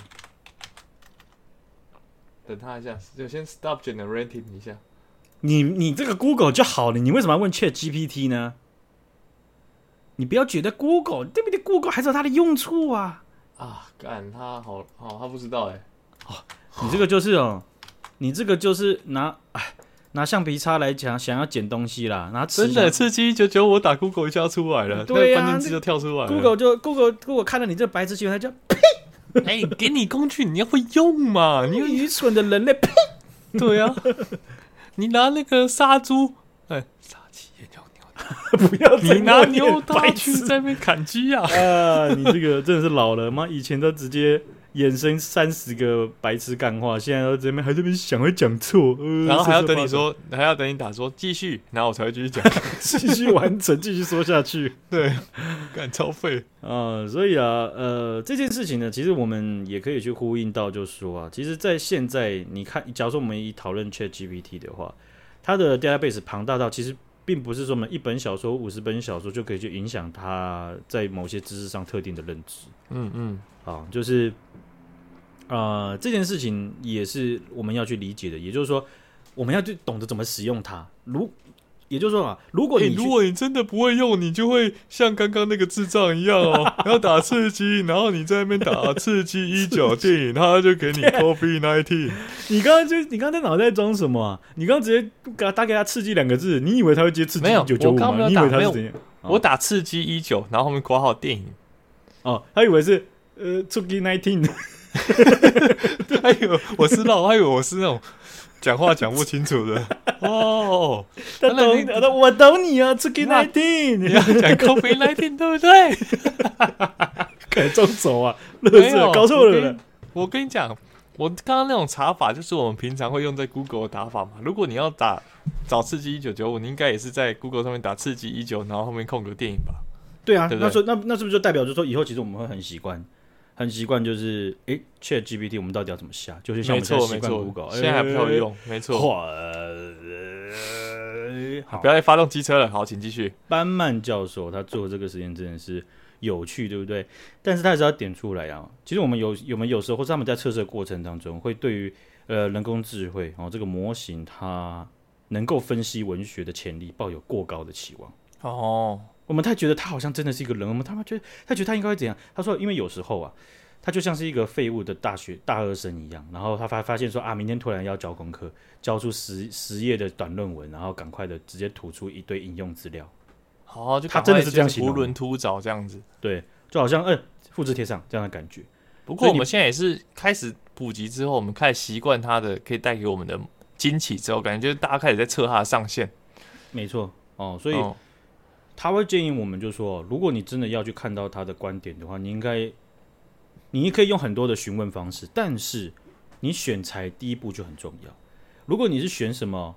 [SPEAKER 2] 等他一下，就先 stop generating 一下。
[SPEAKER 1] 你你这个 Google 就好了，你为什么要问 Chat GPT 呢？你不要觉得 Google 对不对？Google 还是有它的用处啊。
[SPEAKER 2] 啊，干他好好，他不知道哎、
[SPEAKER 1] 你这个就是哦，你这个就是拿哎拿橡皮擦来讲，想要捡东西啦，拿尺
[SPEAKER 2] 真的
[SPEAKER 1] 想
[SPEAKER 2] 刺激一九九，我打 Google 一下出来了，
[SPEAKER 1] 对
[SPEAKER 2] 嗯那
[SPEAKER 1] 啊
[SPEAKER 2] 关键字就跳出来了。
[SPEAKER 1] Google 就 Google Google 看到你这白痴行为，它就
[SPEAKER 2] 哎、给你工具，你要会用嘛，你
[SPEAKER 1] 你愚蠢的
[SPEAKER 2] [laughs]
[SPEAKER 1] 人类，
[SPEAKER 2] 对啊，你拿那个杀猪，哎、杀鸡也 [laughs] 叫牛，
[SPEAKER 1] 不要再
[SPEAKER 2] 你拿
[SPEAKER 1] 问了
[SPEAKER 2] 牛刀
[SPEAKER 1] 白
[SPEAKER 2] 去
[SPEAKER 1] 痴
[SPEAKER 2] 在那边砍鸡 [laughs] 啊！
[SPEAKER 1] 啊，你这个真的是老了妈，以前都直接衍生三十个白痴干话，现在都这边还这边想会讲错，呃、
[SPEAKER 2] 然后还要等你
[SPEAKER 1] 瑟瑟
[SPEAKER 2] 说，还要等你打说继续，然后我才会继续讲。
[SPEAKER 1] 发抖，继续完成，继续说下去。
[SPEAKER 2] [laughs] 对， [laughs] 干超费。
[SPEAKER 1] 啊、所以啊，呃，这件事情呢，其实我们也可以去呼应到，就是说啊，其实，在现在你看，假如说我们以讨论 Chat GPT 的话，它的 database 庞大到其实并不是说我们一本小说、五十本小说就可以去影响它在某些知识上特定的认知。
[SPEAKER 2] 嗯嗯，
[SPEAKER 1] 啊，就是呃，这件事情也是我们要去理解的，也就是说，我们要去懂得怎么使用它。如也就是说啊，如果
[SPEAKER 2] 哎、
[SPEAKER 1] 你去、
[SPEAKER 2] 如果你真的不会用，你就会像刚刚那个智障一样 [laughs] 哦，然后打刺激，然后你在那边打刺激一九电影，他就 [laughs] 给你 coffee nineteen。
[SPEAKER 1] 你刚刚就你刚刚在脑袋装什么啊？你刚刚直接给他打给他刺激两个字，你以为他会接刺激
[SPEAKER 2] 没有
[SPEAKER 1] 一九九
[SPEAKER 2] 我
[SPEAKER 1] 五
[SPEAKER 2] 刚
[SPEAKER 1] 吗？
[SPEAKER 2] 刚没
[SPEAKER 1] 你以
[SPEAKER 2] 有
[SPEAKER 1] 为
[SPEAKER 2] 打
[SPEAKER 1] 他
[SPEAKER 2] 没
[SPEAKER 1] 是
[SPEAKER 2] 有
[SPEAKER 1] 怎样？
[SPEAKER 2] 我打刺激一九，然后后面括号电影。
[SPEAKER 1] 哦，他以为是呃 t o k i nineteen [laughs]
[SPEAKER 2] 还有我是绕，还有我是那种讲话讲不清楚的 [laughs] 哦。
[SPEAKER 1] 他
[SPEAKER 2] 那
[SPEAKER 1] 懂
[SPEAKER 2] 你
[SPEAKER 1] 他懂我懂你啊 t o k i
[SPEAKER 2] 那
[SPEAKER 1] nineteen， [laughs]
[SPEAKER 2] 你要讲 COVID nineteen 对不对？
[SPEAKER 1] 改装手啊，乐
[SPEAKER 2] 没
[SPEAKER 1] 色
[SPEAKER 2] 有，
[SPEAKER 1] 搞错
[SPEAKER 2] 我
[SPEAKER 1] 了
[SPEAKER 2] 跟
[SPEAKER 1] 啦
[SPEAKER 2] 你。。我跟你讲，我刚刚那种查法就是我们平常会用在 Google 的打法嘛。如果你要打找刺激一九九五，你应该也是在 Google 上面打刺激一九，然后后面空格电影吧？
[SPEAKER 1] 对啊，
[SPEAKER 2] 对不
[SPEAKER 1] 那
[SPEAKER 2] 对
[SPEAKER 1] 说那那是不是就代表就是说以后其实我们会很习惯，很习惯就是诶 c h a t GPT 我们到底要怎么下？就是像
[SPEAKER 2] 没
[SPEAKER 1] 我们现在
[SPEAKER 2] 错，
[SPEAKER 1] 习
[SPEAKER 2] 没
[SPEAKER 1] 惯
[SPEAKER 2] 错
[SPEAKER 1] Google，，
[SPEAKER 2] 现在还不太会
[SPEAKER 1] 哎
[SPEAKER 2] 用，没错。
[SPEAKER 1] 哇，呃好
[SPEAKER 2] 不，要再发动机车了，好，请继续。
[SPEAKER 1] 班曼教授他做这个实验真的是有趣，对不对？但是他还是要点出来啊。其实我们有我们有时候或是他们在测试的过程当中，会对于呃人工智慧哦这个模型它能够分析文学的潜力抱有过高的期望。
[SPEAKER 2] 哦，
[SPEAKER 1] 我们太觉得他好像真的是一个人，我们他妈觉得他觉得他应该会怎样？他说，因为有时候啊，他就像是一个废物的大学大二生一样，然后他发发现说啊，明天突然要交功课，交出十十页的短论文，然后赶快的直接吐出一堆引用资料，
[SPEAKER 2] 好，就
[SPEAKER 1] 他
[SPEAKER 2] 赶快
[SPEAKER 1] 真的是这样
[SPEAKER 2] 就
[SPEAKER 1] 形容
[SPEAKER 2] 囫囵吞枣这样子。
[SPEAKER 1] 对，就好像嗯、复制贴上这样的感觉。
[SPEAKER 2] 不
[SPEAKER 1] 所
[SPEAKER 2] 过
[SPEAKER 1] 以
[SPEAKER 2] 我
[SPEAKER 1] 你
[SPEAKER 2] 们现在也是开始普及之后，我们开始习惯它的可以带给我们的惊奇之后，感觉就是大家开始在测它的上限。
[SPEAKER 1] 没错哦，所以
[SPEAKER 2] 嗯
[SPEAKER 1] 他会建议我们就说，如果你真的要去看到他的观点的话，你应该，你可以用很多的询问方式，但是你选材第一步就很重要。如果你是选什么，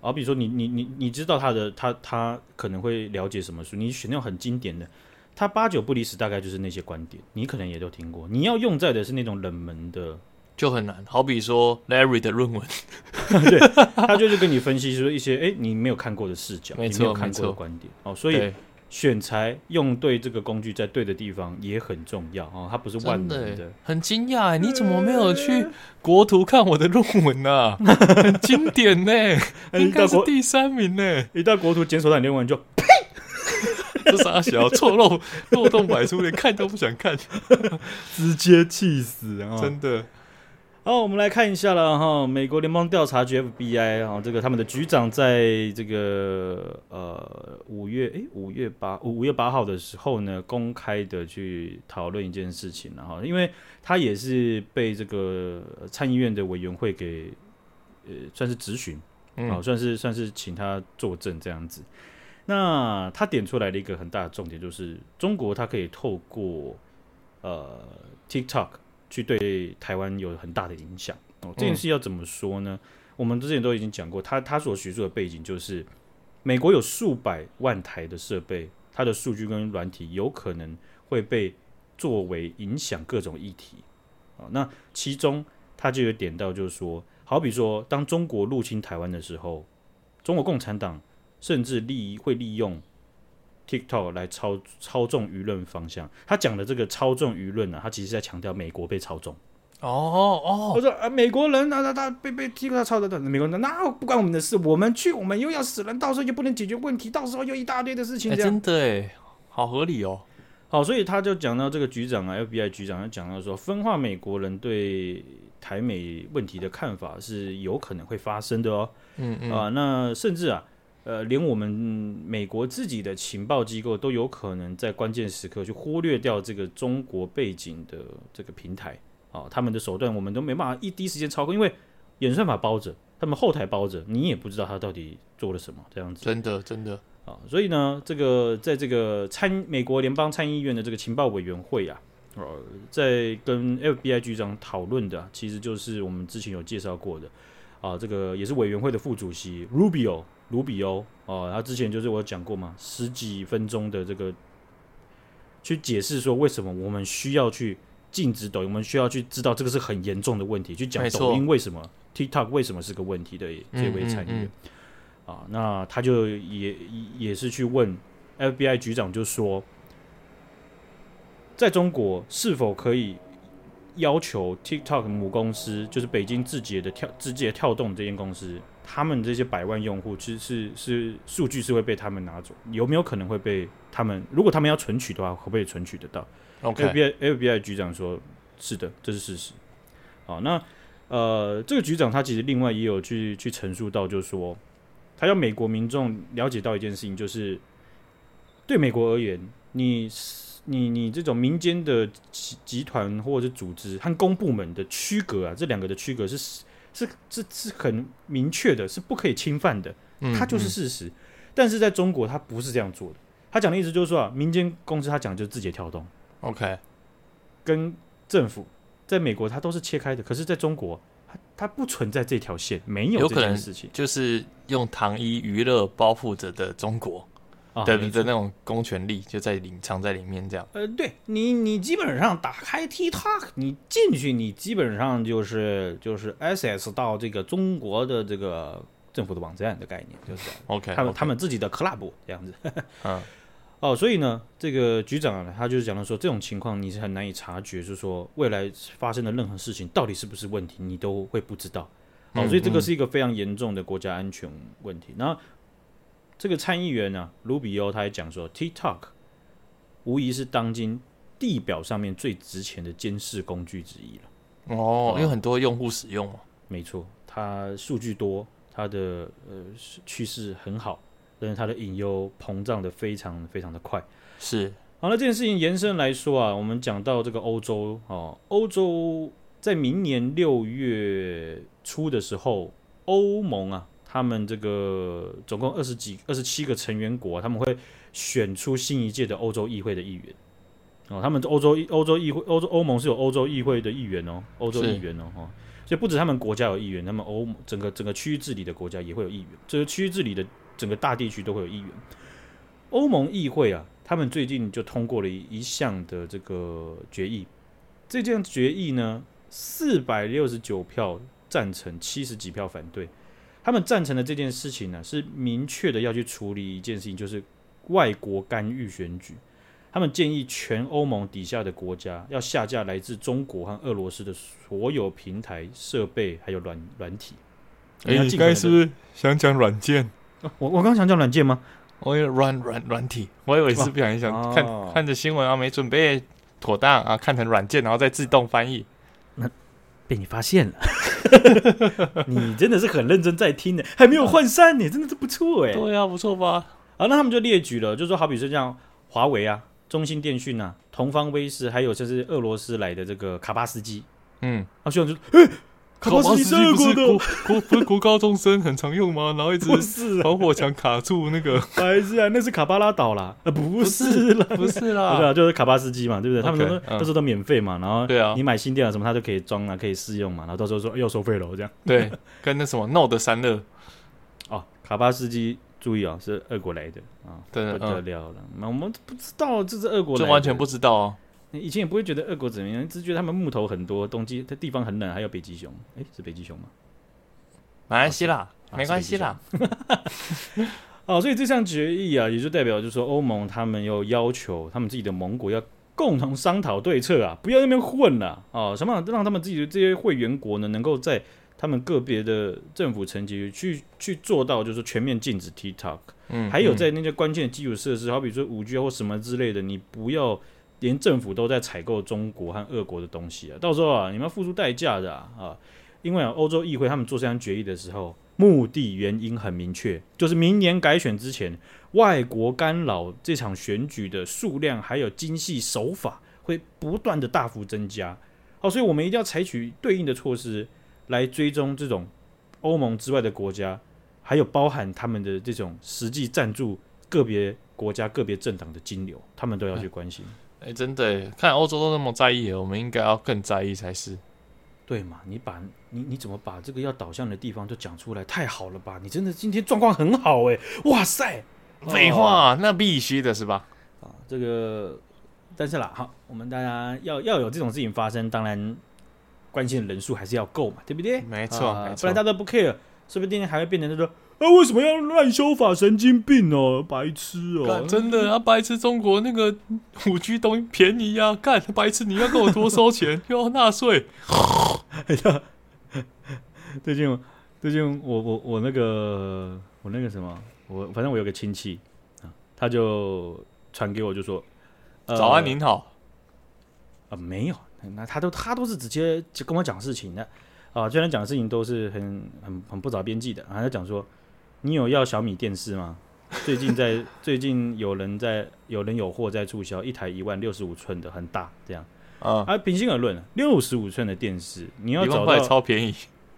[SPEAKER 1] 好比说你你你你知道他的他他可能会了解什么书，你选那种很经典的，他八九不离十，大概就是那些观点，你可能也都听过。你要用在的是那种冷门的
[SPEAKER 2] 就很难。好比说 Larry 的论文，
[SPEAKER 1] 他就是跟你分析说一些哎、诶你没有看过的视角，
[SPEAKER 2] 没
[SPEAKER 1] 你
[SPEAKER 2] 错
[SPEAKER 1] 没有看过
[SPEAKER 2] 没
[SPEAKER 1] 的
[SPEAKER 2] 错
[SPEAKER 1] 观点哦，所以
[SPEAKER 2] 对
[SPEAKER 1] 选材用对这个工具在对的地方也很重要哦，它不是万
[SPEAKER 2] 真的
[SPEAKER 1] 能
[SPEAKER 2] 欸
[SPEAKER 1] 的。
[SPEAKER 2] 很惊讶欸，你怎么没有去国图看我的论文
[SPEAKER 1] [laughs]
[SPEAKER 2] 呢、啊？很经典呢、
[SPEAKER 1] 哎
[SPEAKER 2] 应该
[SPEAKER 1] 一
[SPEAKER 2] 是
[SPEAKER 1] 到国
[SPEAKER 2] 第三名呢、
[SPEAKER 1] 一到国图检索到你论文就
[SPEAKER 2] 这傻小错漏漏洞百出，连看都不想看，
[SPEAKER 1] 直接气死啊、哦！
[SPEAKER 2] 真的。
[SPEAKER 1] 好，我们来看一下了哈、美国联邦调查局 FBI 啊、这个他们的局长在这个呃五月哎五月八五月八号的时候呢，公开的去讨论一件事情了哈、因为他也是被这个呃参议院的委员会给呃算是质询，
[SPEAKER 2] 嗯，
[SPEAKER 1] 哦，算是算是请他作证这样子。那他点出来的一个很大的重点就是，中国它可以透过呃 TikTok 去对台湾有很大的影响。哦，这件事要怎么说呢？我们之前都已经讲过，他他所叙述的背景就是，美国有数百万台的设备，它的数据跟软体有可能会被作为影响各种议题。哦，那其中他就有点到，就是说，好比说，当中国入侵台湾的时候，中国共产党甚至利会利用 TikTok 来操操纵舆论方向。他讲的这个操纵舆论呢、他其实在强调美国被操纵。
[SPEAKER 2] 哦哦，
[SPEAKER 1] 他说啊，美国人啊，他他被被 TikTok 操纵，美国人那不关我们的事，我们去，我们又要死人，到时候又不能解决问题，到时候又一大堆的事情
[SPEAKER 2] 哎、
[SPEAKER 1] 这样。
[SPEAKER 2] 真的哎，好合理哦。
[SPEAKER 1] 好，所以他就讲到这个局长啊，FBI 局长就讲到说，分化美国人对台美问题的看法是有可能会发生的哦。
[SPEAKER 2] 嗯嗯，
[SPEAKER 1] 啊、那甚至啊，呃，连我们嗯美国自己的情报机构都有可能在关键时刻去忽略掉这个中国背景的这个平台啊、他们的手段我们都没办法一第一时间操控，因为演算法包着，他们后台包着，你也不知道他到底做了什么这样子。
[SPEAKER 2] 真的真的，
[SPEAKER 1] 啊，所以呢，这个在这个参美国联邦参议院的这个情报委员会啊，呃，在跟 FBI 局长讨论的啊，其实就是我们之前有介绍过的啊，这个也是委员会的副主席 Rubio 卢比欧啊，他之前就是我有讲过嘛，十几分钟的这个去解释说为什么我们需要去禁止抖音，我们需要去知道这个是很严重的问题，去讲
[SPEAKER 2] 没错
[SPEAKER 1] 抖音为什么 TikTok 为什么是个问题的这位参议员。
[SPEAKER 2] 嗯嗯嗯
[SPEAKER 1] 啊，那他就也也是去问 FBI 局长，就说，在中国是否可以要求 TikTok 母公司，就是北京字节的跳字节跳动这间公司，他们这些百万用户其实是是数据是会被他们拿走，有没有可能会被他们？如果他们要存取的话，可不可以存取得到？
[SPEAKER 2] OK，
[SPEAKER 1] FBI FBI 局长说，是的，这是事实。好，那呃，这个局长他其实另外也有去去陈述到，就是说，他要美国民众了解到一件事情，就是对美国而言，你你你这种民间的集集团或者是组织和公部门的区隔啊，这两个的区隔是是是是很明确的，是不可以侵犯的。
[SPEAKER 2] 嗯
[SPEAKER 1] 它就是
[SPEAKER 2] 嗯
[SPEAKER 1] 事实。但是在中国，它不是这样做的。他讲的意思就是说啊，民间公司他讲就是字节跳动
[SPEAKER 2] OK，
[SPEAKER 1] 跟政府，在美国它都是切开的，可是在中国，它它不存在这条线，没
[SPEAKER 2] 有
[SPEAKER 1] 这
[SPEAKER 2] 可
[SPEAKER 1] 件
[SPEAKER 2] 能
[SPEAKER 1] 事情
[SPEAKER 2] 就是用糖衣娱乐包覆着的中国
[SPEAKER 1] 啊。
[SPEAKER 2] 的的那种公权力就在里藏在里面这样。
[SPEAKER 1] 呃，对你，你基本上打开 TikTok，你进去，你基本上就是就是 access 到这个中国的这个政府的网站的概念，就是
[SPEAKER 2] OK，
[SPEAKER 1] 他们
[SPEAKER 2] OK
[SPEAKER 1] 他们自己的 club 这样子。
[SPEAKER 2] [laughs] 嗯
[SPEAKER 1] 哦，所以呢，这个局长啊，他就是讲到说，这种情况你是很难以察觉，就是说未来发生的任何事情到底是不是问题，你都会不知道。哦，
[SPEAKER 2] 嗯
[SPEAKER 1] 所以这个
[SPEAKER 2] 嗯
[SPEAKER 1] 是一个非常严重的国家安全问题。然后这个参议员呢、卢比欧他也讲说，TikTok 无疑是当今地表上面最值钱的监视工具之一了。啊
[SPEAKER 2] 哦
[SPEAKER 1] 哦，
[SPEAKER 2] 因为很多用户使用嘛，
[SPEAKER 1] 没错，它数据多，它的呃趋势很好，但是它的隐忧膨胀的非常非常的快。
[SPEAKER 2] 是，
[SPEAKER 1] 好，那这件事情延伸来说啊，我们讲到这个欧洲哦，欧洲在明年六月初的时候，欧盟啊，他们这个总共二十几、二十七个成员国啊、他们会选出新一届的欧洲议会的议员。哦，他们欧洲欧洲议会、欧洲欧盟是有欧洲议会的议员哦，欧洲
[SPEAKER 2] 是
[SPEAKER 1] 议员哦，哦，所以不止他们国家有议员，那么欧盟整个整个区域治理的国家也会有议员，这个区域治理的整个大地区都会有议员。欧盟议会啊，他们最近就通过了一一项的这个决议，这项决议呢，四百六十九票赞成，七十几票反对。他们赞成的这件事情呢，是明确的要去处理一件事情，就是外国干预选举。他们建议全欧盟底下的国家要下架来自中国和俄罗斯的所有平台、设备还有软软体。
[SPEAKER 2] 哎、
[SPEAKER 1] 要
[SPEAKER 2] 你
[SPEAKER 1] 尽可能
[SPEAKER 2] 该
[SPEAKER 1] 地
[SPEAKER 2] 是不是想讲软件？
[SPEAKER 1] 哦我我刚想讲软件吗？
[SPEAKER 2] 我有软软软体，我以为是不小心想、
[SPEAKER 1] 哦
[SPEAKER 2] 看看着新闻啊，没准备妥当啊，看成软件，然后再自动翻译。
[SPEAKER 1] 被你发 [laughs] 现了，你真的是很认真在听的，还没有换衫呢，真的是不错哎。
[SPEAKER 2] 对啊，不错吧？
[SPEAKER 1] 好，那他们就列举了，就说好比是这样，华为啊、中兴电讯啊、同方威视，还有就是俄罗斯来的这个卡巴斯基，
[SPEAKER 2] 嗯，
[SPEAKER 1] 啊，学长就哎、卡巴斯基是俄
[SPEAKER 2] 不
[SPEAKER 1] 国
[SPEAKER 2] 是
[SPEAKER 1] 的
[SPEAKER 2] 国
[SPEAKER 1] 哦，
[SPEAKER 2] 国 [laughs] 不是国高中生很常用吗？然后一直
[SPEAKER 1] 不是啊，
[SPEAKER 2] 防火墙卡住那个，
[SPEAKER 1] 白痴啊，那是卡巴拉岛啦，呃， [laughs] 不是啦。
[SPEAKER 2] [laughs] 不是
[SPEAKER 1] [laughs] 对
[SPEAKER 2] 啦，
[SPEAKER 1] 啊，就是卡巴斯基嘛，对不对？他们
[SPEAKER 2] OK，
[SPEAKER 1] 都
[SPEAKER 2] 嗯
[SPEAKER 1] 那时候都免费嘛，然后
[SPEAKER 2] 对啊
[SPEAKER 1] 你买新电脑什么，它就可以装啊了，可以试用嘛，然后到时候说哎要收费了这样。
[SPEAKER 2] 对，跟那什么 Node 三二，
[SPEAKER 1] 哦，卡巴斯基，注意哦，是俄国来的啊，
[SPEAKER 2] 对
[SPEAKER 1] 不得
[SPEAKER 2] 嗯，
[SPEAKER 1] 了了。那、我们不知道这是俄国来
[SPEAKER 2] 这
[SPEAKER 1] 的，
[SPEAKER 2] 完全不知道哦。
[SPEAKER 1] 以前也不会觉得俄国怎么样，只觉得他们木头很多，冬季它地方很冷，还有北极熊。哎，是北极熊吗？
[SPEAKER 2] 马来西亚
[SPEAKER 1] 啊
[SPEAKER 2] 没关系啦，
[SPEAKER 1] 哦，所以这项决议啊，也就代表就是说，欧盟他们有要求他们自己的盟国要共同商讨对策啊，不要在那边混了啊、哦，想办法让他们自己的这些会员国呢，能够在他们个别的政府层级去去做到，就是全面禁止 TikTok。
[SPEAKER 2] 嗯，
[SPEAKER 1] 还有
[SPEAKER 2] 嗯
[SPEAKER 1] 在那些关键的基础设施，好比说五 G 或什么之类的，你不要连政府都在采购中国和俄国的东西啊，到时候啊，你们要付出代价的啊，啊因为啊，欧洲议会他们做这项决议的时候，目的原因很明确，就是明年改选之前，外国干扰这场选举的数量还有精细手法会不断的大幅增加，好，所以我们一定要采取对应的措施来追踪这种欧盟之外的国家还有包含他们的这种实际赞助个别国家、个别政党的金流，他们都要去关心，
[SPEAKER 2] 哎、真的耶，看欧洲都那么在意了，我们应该要更在意才是。
[SPEAKER 1] 对嘛？你把你你怎么把这个要导向的地方都讲出来，太好了吧？你真的今天状况很好哎、哇塞！
[SPEAKER 2] 哦废话，那必须的是吧？
[SPEAKER 1] 啊，这个但是啦，哈，我们大家要要有这种事情发生，当然关心的人数还是要够嘛，对不对？
[SPEAKER 2] 没错
[SPEAKER 1] 啊
[SPEAKER 2] 没错
[SPEAKER 1] 不然大家都不 care，说不定还会变成就说。啊，为什么要乱修法？神经病哦，白痴哦
[SPEAKER 2] 干！真的啊，白痴！中国那个五 G 东西便宜啊，干白痴！你要跟我多收钱， [laughs] 又要纳税，
[SPEAKER 1] [laughs] 最近最近我我我那个我那个什么，我反正我有个亲戚啊，他就传给我就说，呃、
[SPEAKER 2] 早安您好，
[SPEAKER 1] 啊、没有，那他都他都是直接就跟我讲事情的啊，虽然讲事情都是很很很不着边际的，啊，他讲说你有要小米电视吗？最近在最近有人在有人有货在促销，一台一万六十五寸的很大这样
[SPEAKER 2] 啊，
[SPEAKER 1] 啊，平心而论，六十五寸的电视你要
[SPEAKER 2] 一万
[SPEAKER 1] 找
[SPEAKER 2] 块
[SPEAKER 1] 到
[SPEAKER 2] 超便宜。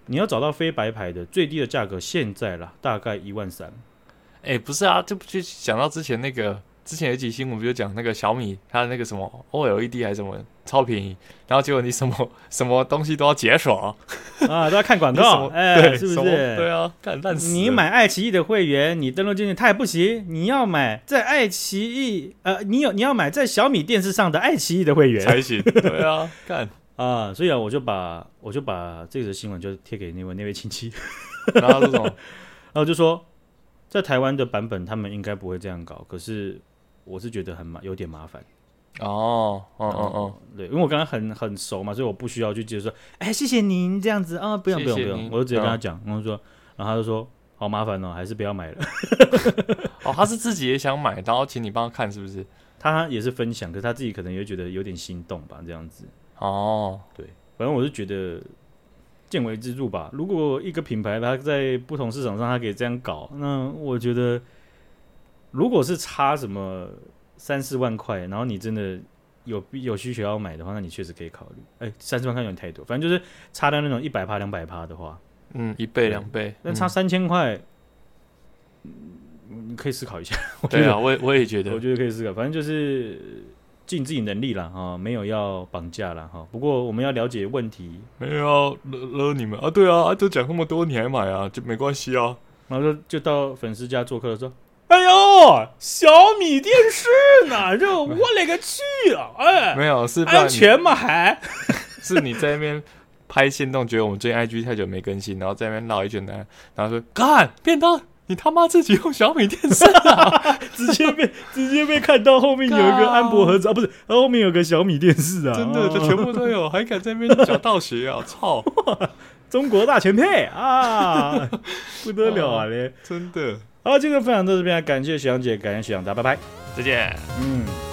[SPEAKER 1] 你要找到非白牌的最低的价格，现在啦，大概一万
[SPEAKER 2] [laughs]
[SPEAKER 1] 三。
[SPEAKER 2] 哎，不是啊，这不就想到之前那个，之前有一集新闻不就讲那个小米它的那个什么 OLED 还是什么超便宜，然后结果你什么什么东西都要解锁啊，
[SPEAKER 1] 啊，都要看广
[SPEAKER 2] 你什
[SPEAKER 1] 告，
[SPEAKER 2] 么
[SPEAKER 1] 哎，
[SPEAKER 2] 对
[SPEAKER 1] 是
[SPEAKER 2] 什
[SPEAKER 1] 不
[SPEAKER 2] 么对
[SPEAKER 1] 是？
[SPEAKER 2] 啊，干烂死了！
[SPEAKER 1] 你买爱奇艺的会员，你登录进去，它也不行。你要买在爱奇艺，呃，你有你要买在小米电视上的爱奇艺的会员
[SPEAKER 2] 才行，对啊，干。
[SPEAKER 1] 啊。所以啊，我就把我就把这则新闻就贴给那位那位亲戚，
[SPEAKER 2] 然后这种，
[SPEAKER 1] 然后就说，在台湾的版本他们应该不会这样搞，可是我是觉得很麻有点麻烦。
[SPEAKER 2] 哦，哦哦哦，
[SPEAKER 1] 对，因为我跟他很很熟嘛，所以我不需要去接着说，哎、谢谢您这样子啊，不用不用
[SPEAKER 2] 谢
[SPEAKER 1] 不
[SPEAKER 2] 谢
[SPEAKER 1] 用，
[SPEAKER 2] 您啊
[SPEAKER 1] 我就直接跟他讲，然后说，然后他就说，好麻烦哦，还是不要买了。 [laughs]
[SPEAKER 2] 哦，他是自己也想买，然后请你帮他看是不是？
[SPEAKER 1] 他也是分享，可是他自己可能也会觉得有点心动吧，这样子。
[SPEAKER 2] 哦，
[SPEAKER 1] 对，反正我是觉得见微知著吧。如果一个品牌它在不同市场上它可以这样搞，那我觉得如果是差什么三四万块，然后你真的有必有需求要买的话，那你确实可以考虑。哎、三四万块有点太多，反正就是差到那种一百趴、两百趴的话，
[SPEAKER 2] 嗯，一倍两倍，
[SPEAKER 1] 那差
[SPEAKER 2] 嗯
[SPEAKER 1] 三千块，嗯你可以思考一下。我觉
[SPEAKER 2] 对
[SPEAKER 1] 得
[SPEAKER 2] 啊，我也我也觉得
[SPEAKER 1] [laughs] 我，觉得可以思考，反正就是尽自己能力啦，哈、没有要绑架啦，哈、不过我们要了解问题，
[SPEAKER 2] 没有啊勒勒你们啊，对啊，啊都讲那么多你还买啊，就没关系啊。
[SPEAKER 1] 然后就就到粉丝家做客的时候，哎呦，小米电视呢？
[SPEAKER 2] [laughs]
[SPEAKER 1] 这我勒个去啊！哎，
[SPEAKER 2] 没有，是不然
[SPEAKER 1] 安
[SPEAKER 2] 你
[SPEAKER 1] 全吗？还 [laughs]
[SPEAKER 2] 是你在那边拍线动，觉得我们最近 IG 太久没更新，然后在那边绕一圈呢，然后说干便当，你他妈自己用小米电视啊！
[SPEAKER 1] 直接被直接被看到后面有一个安博盒子啊，不是，啊后面有个小米电视啊，
[SPEAKER 2] 真的，这
[SPEAKER 1] 哦
[SPEAKER 2] 全部都有，还敢在那边讲道学啊！操，
[SPEAKER 1] 中国大全配
[SPEAKER 2] [laughs]
[SPEAKER 1] 啊，不得了
[SPEAKER 2] 哦
[SPEAKER 1] 啊嘞！
[SPEAKER 2] 真的，
[SPEAKER 1] 好，今天的分享到这边，感谢徐阳姐，感谢徐阳达，拜拜。
[SPEAKER 2] 再见。
[SPEAKER 1] 嗯。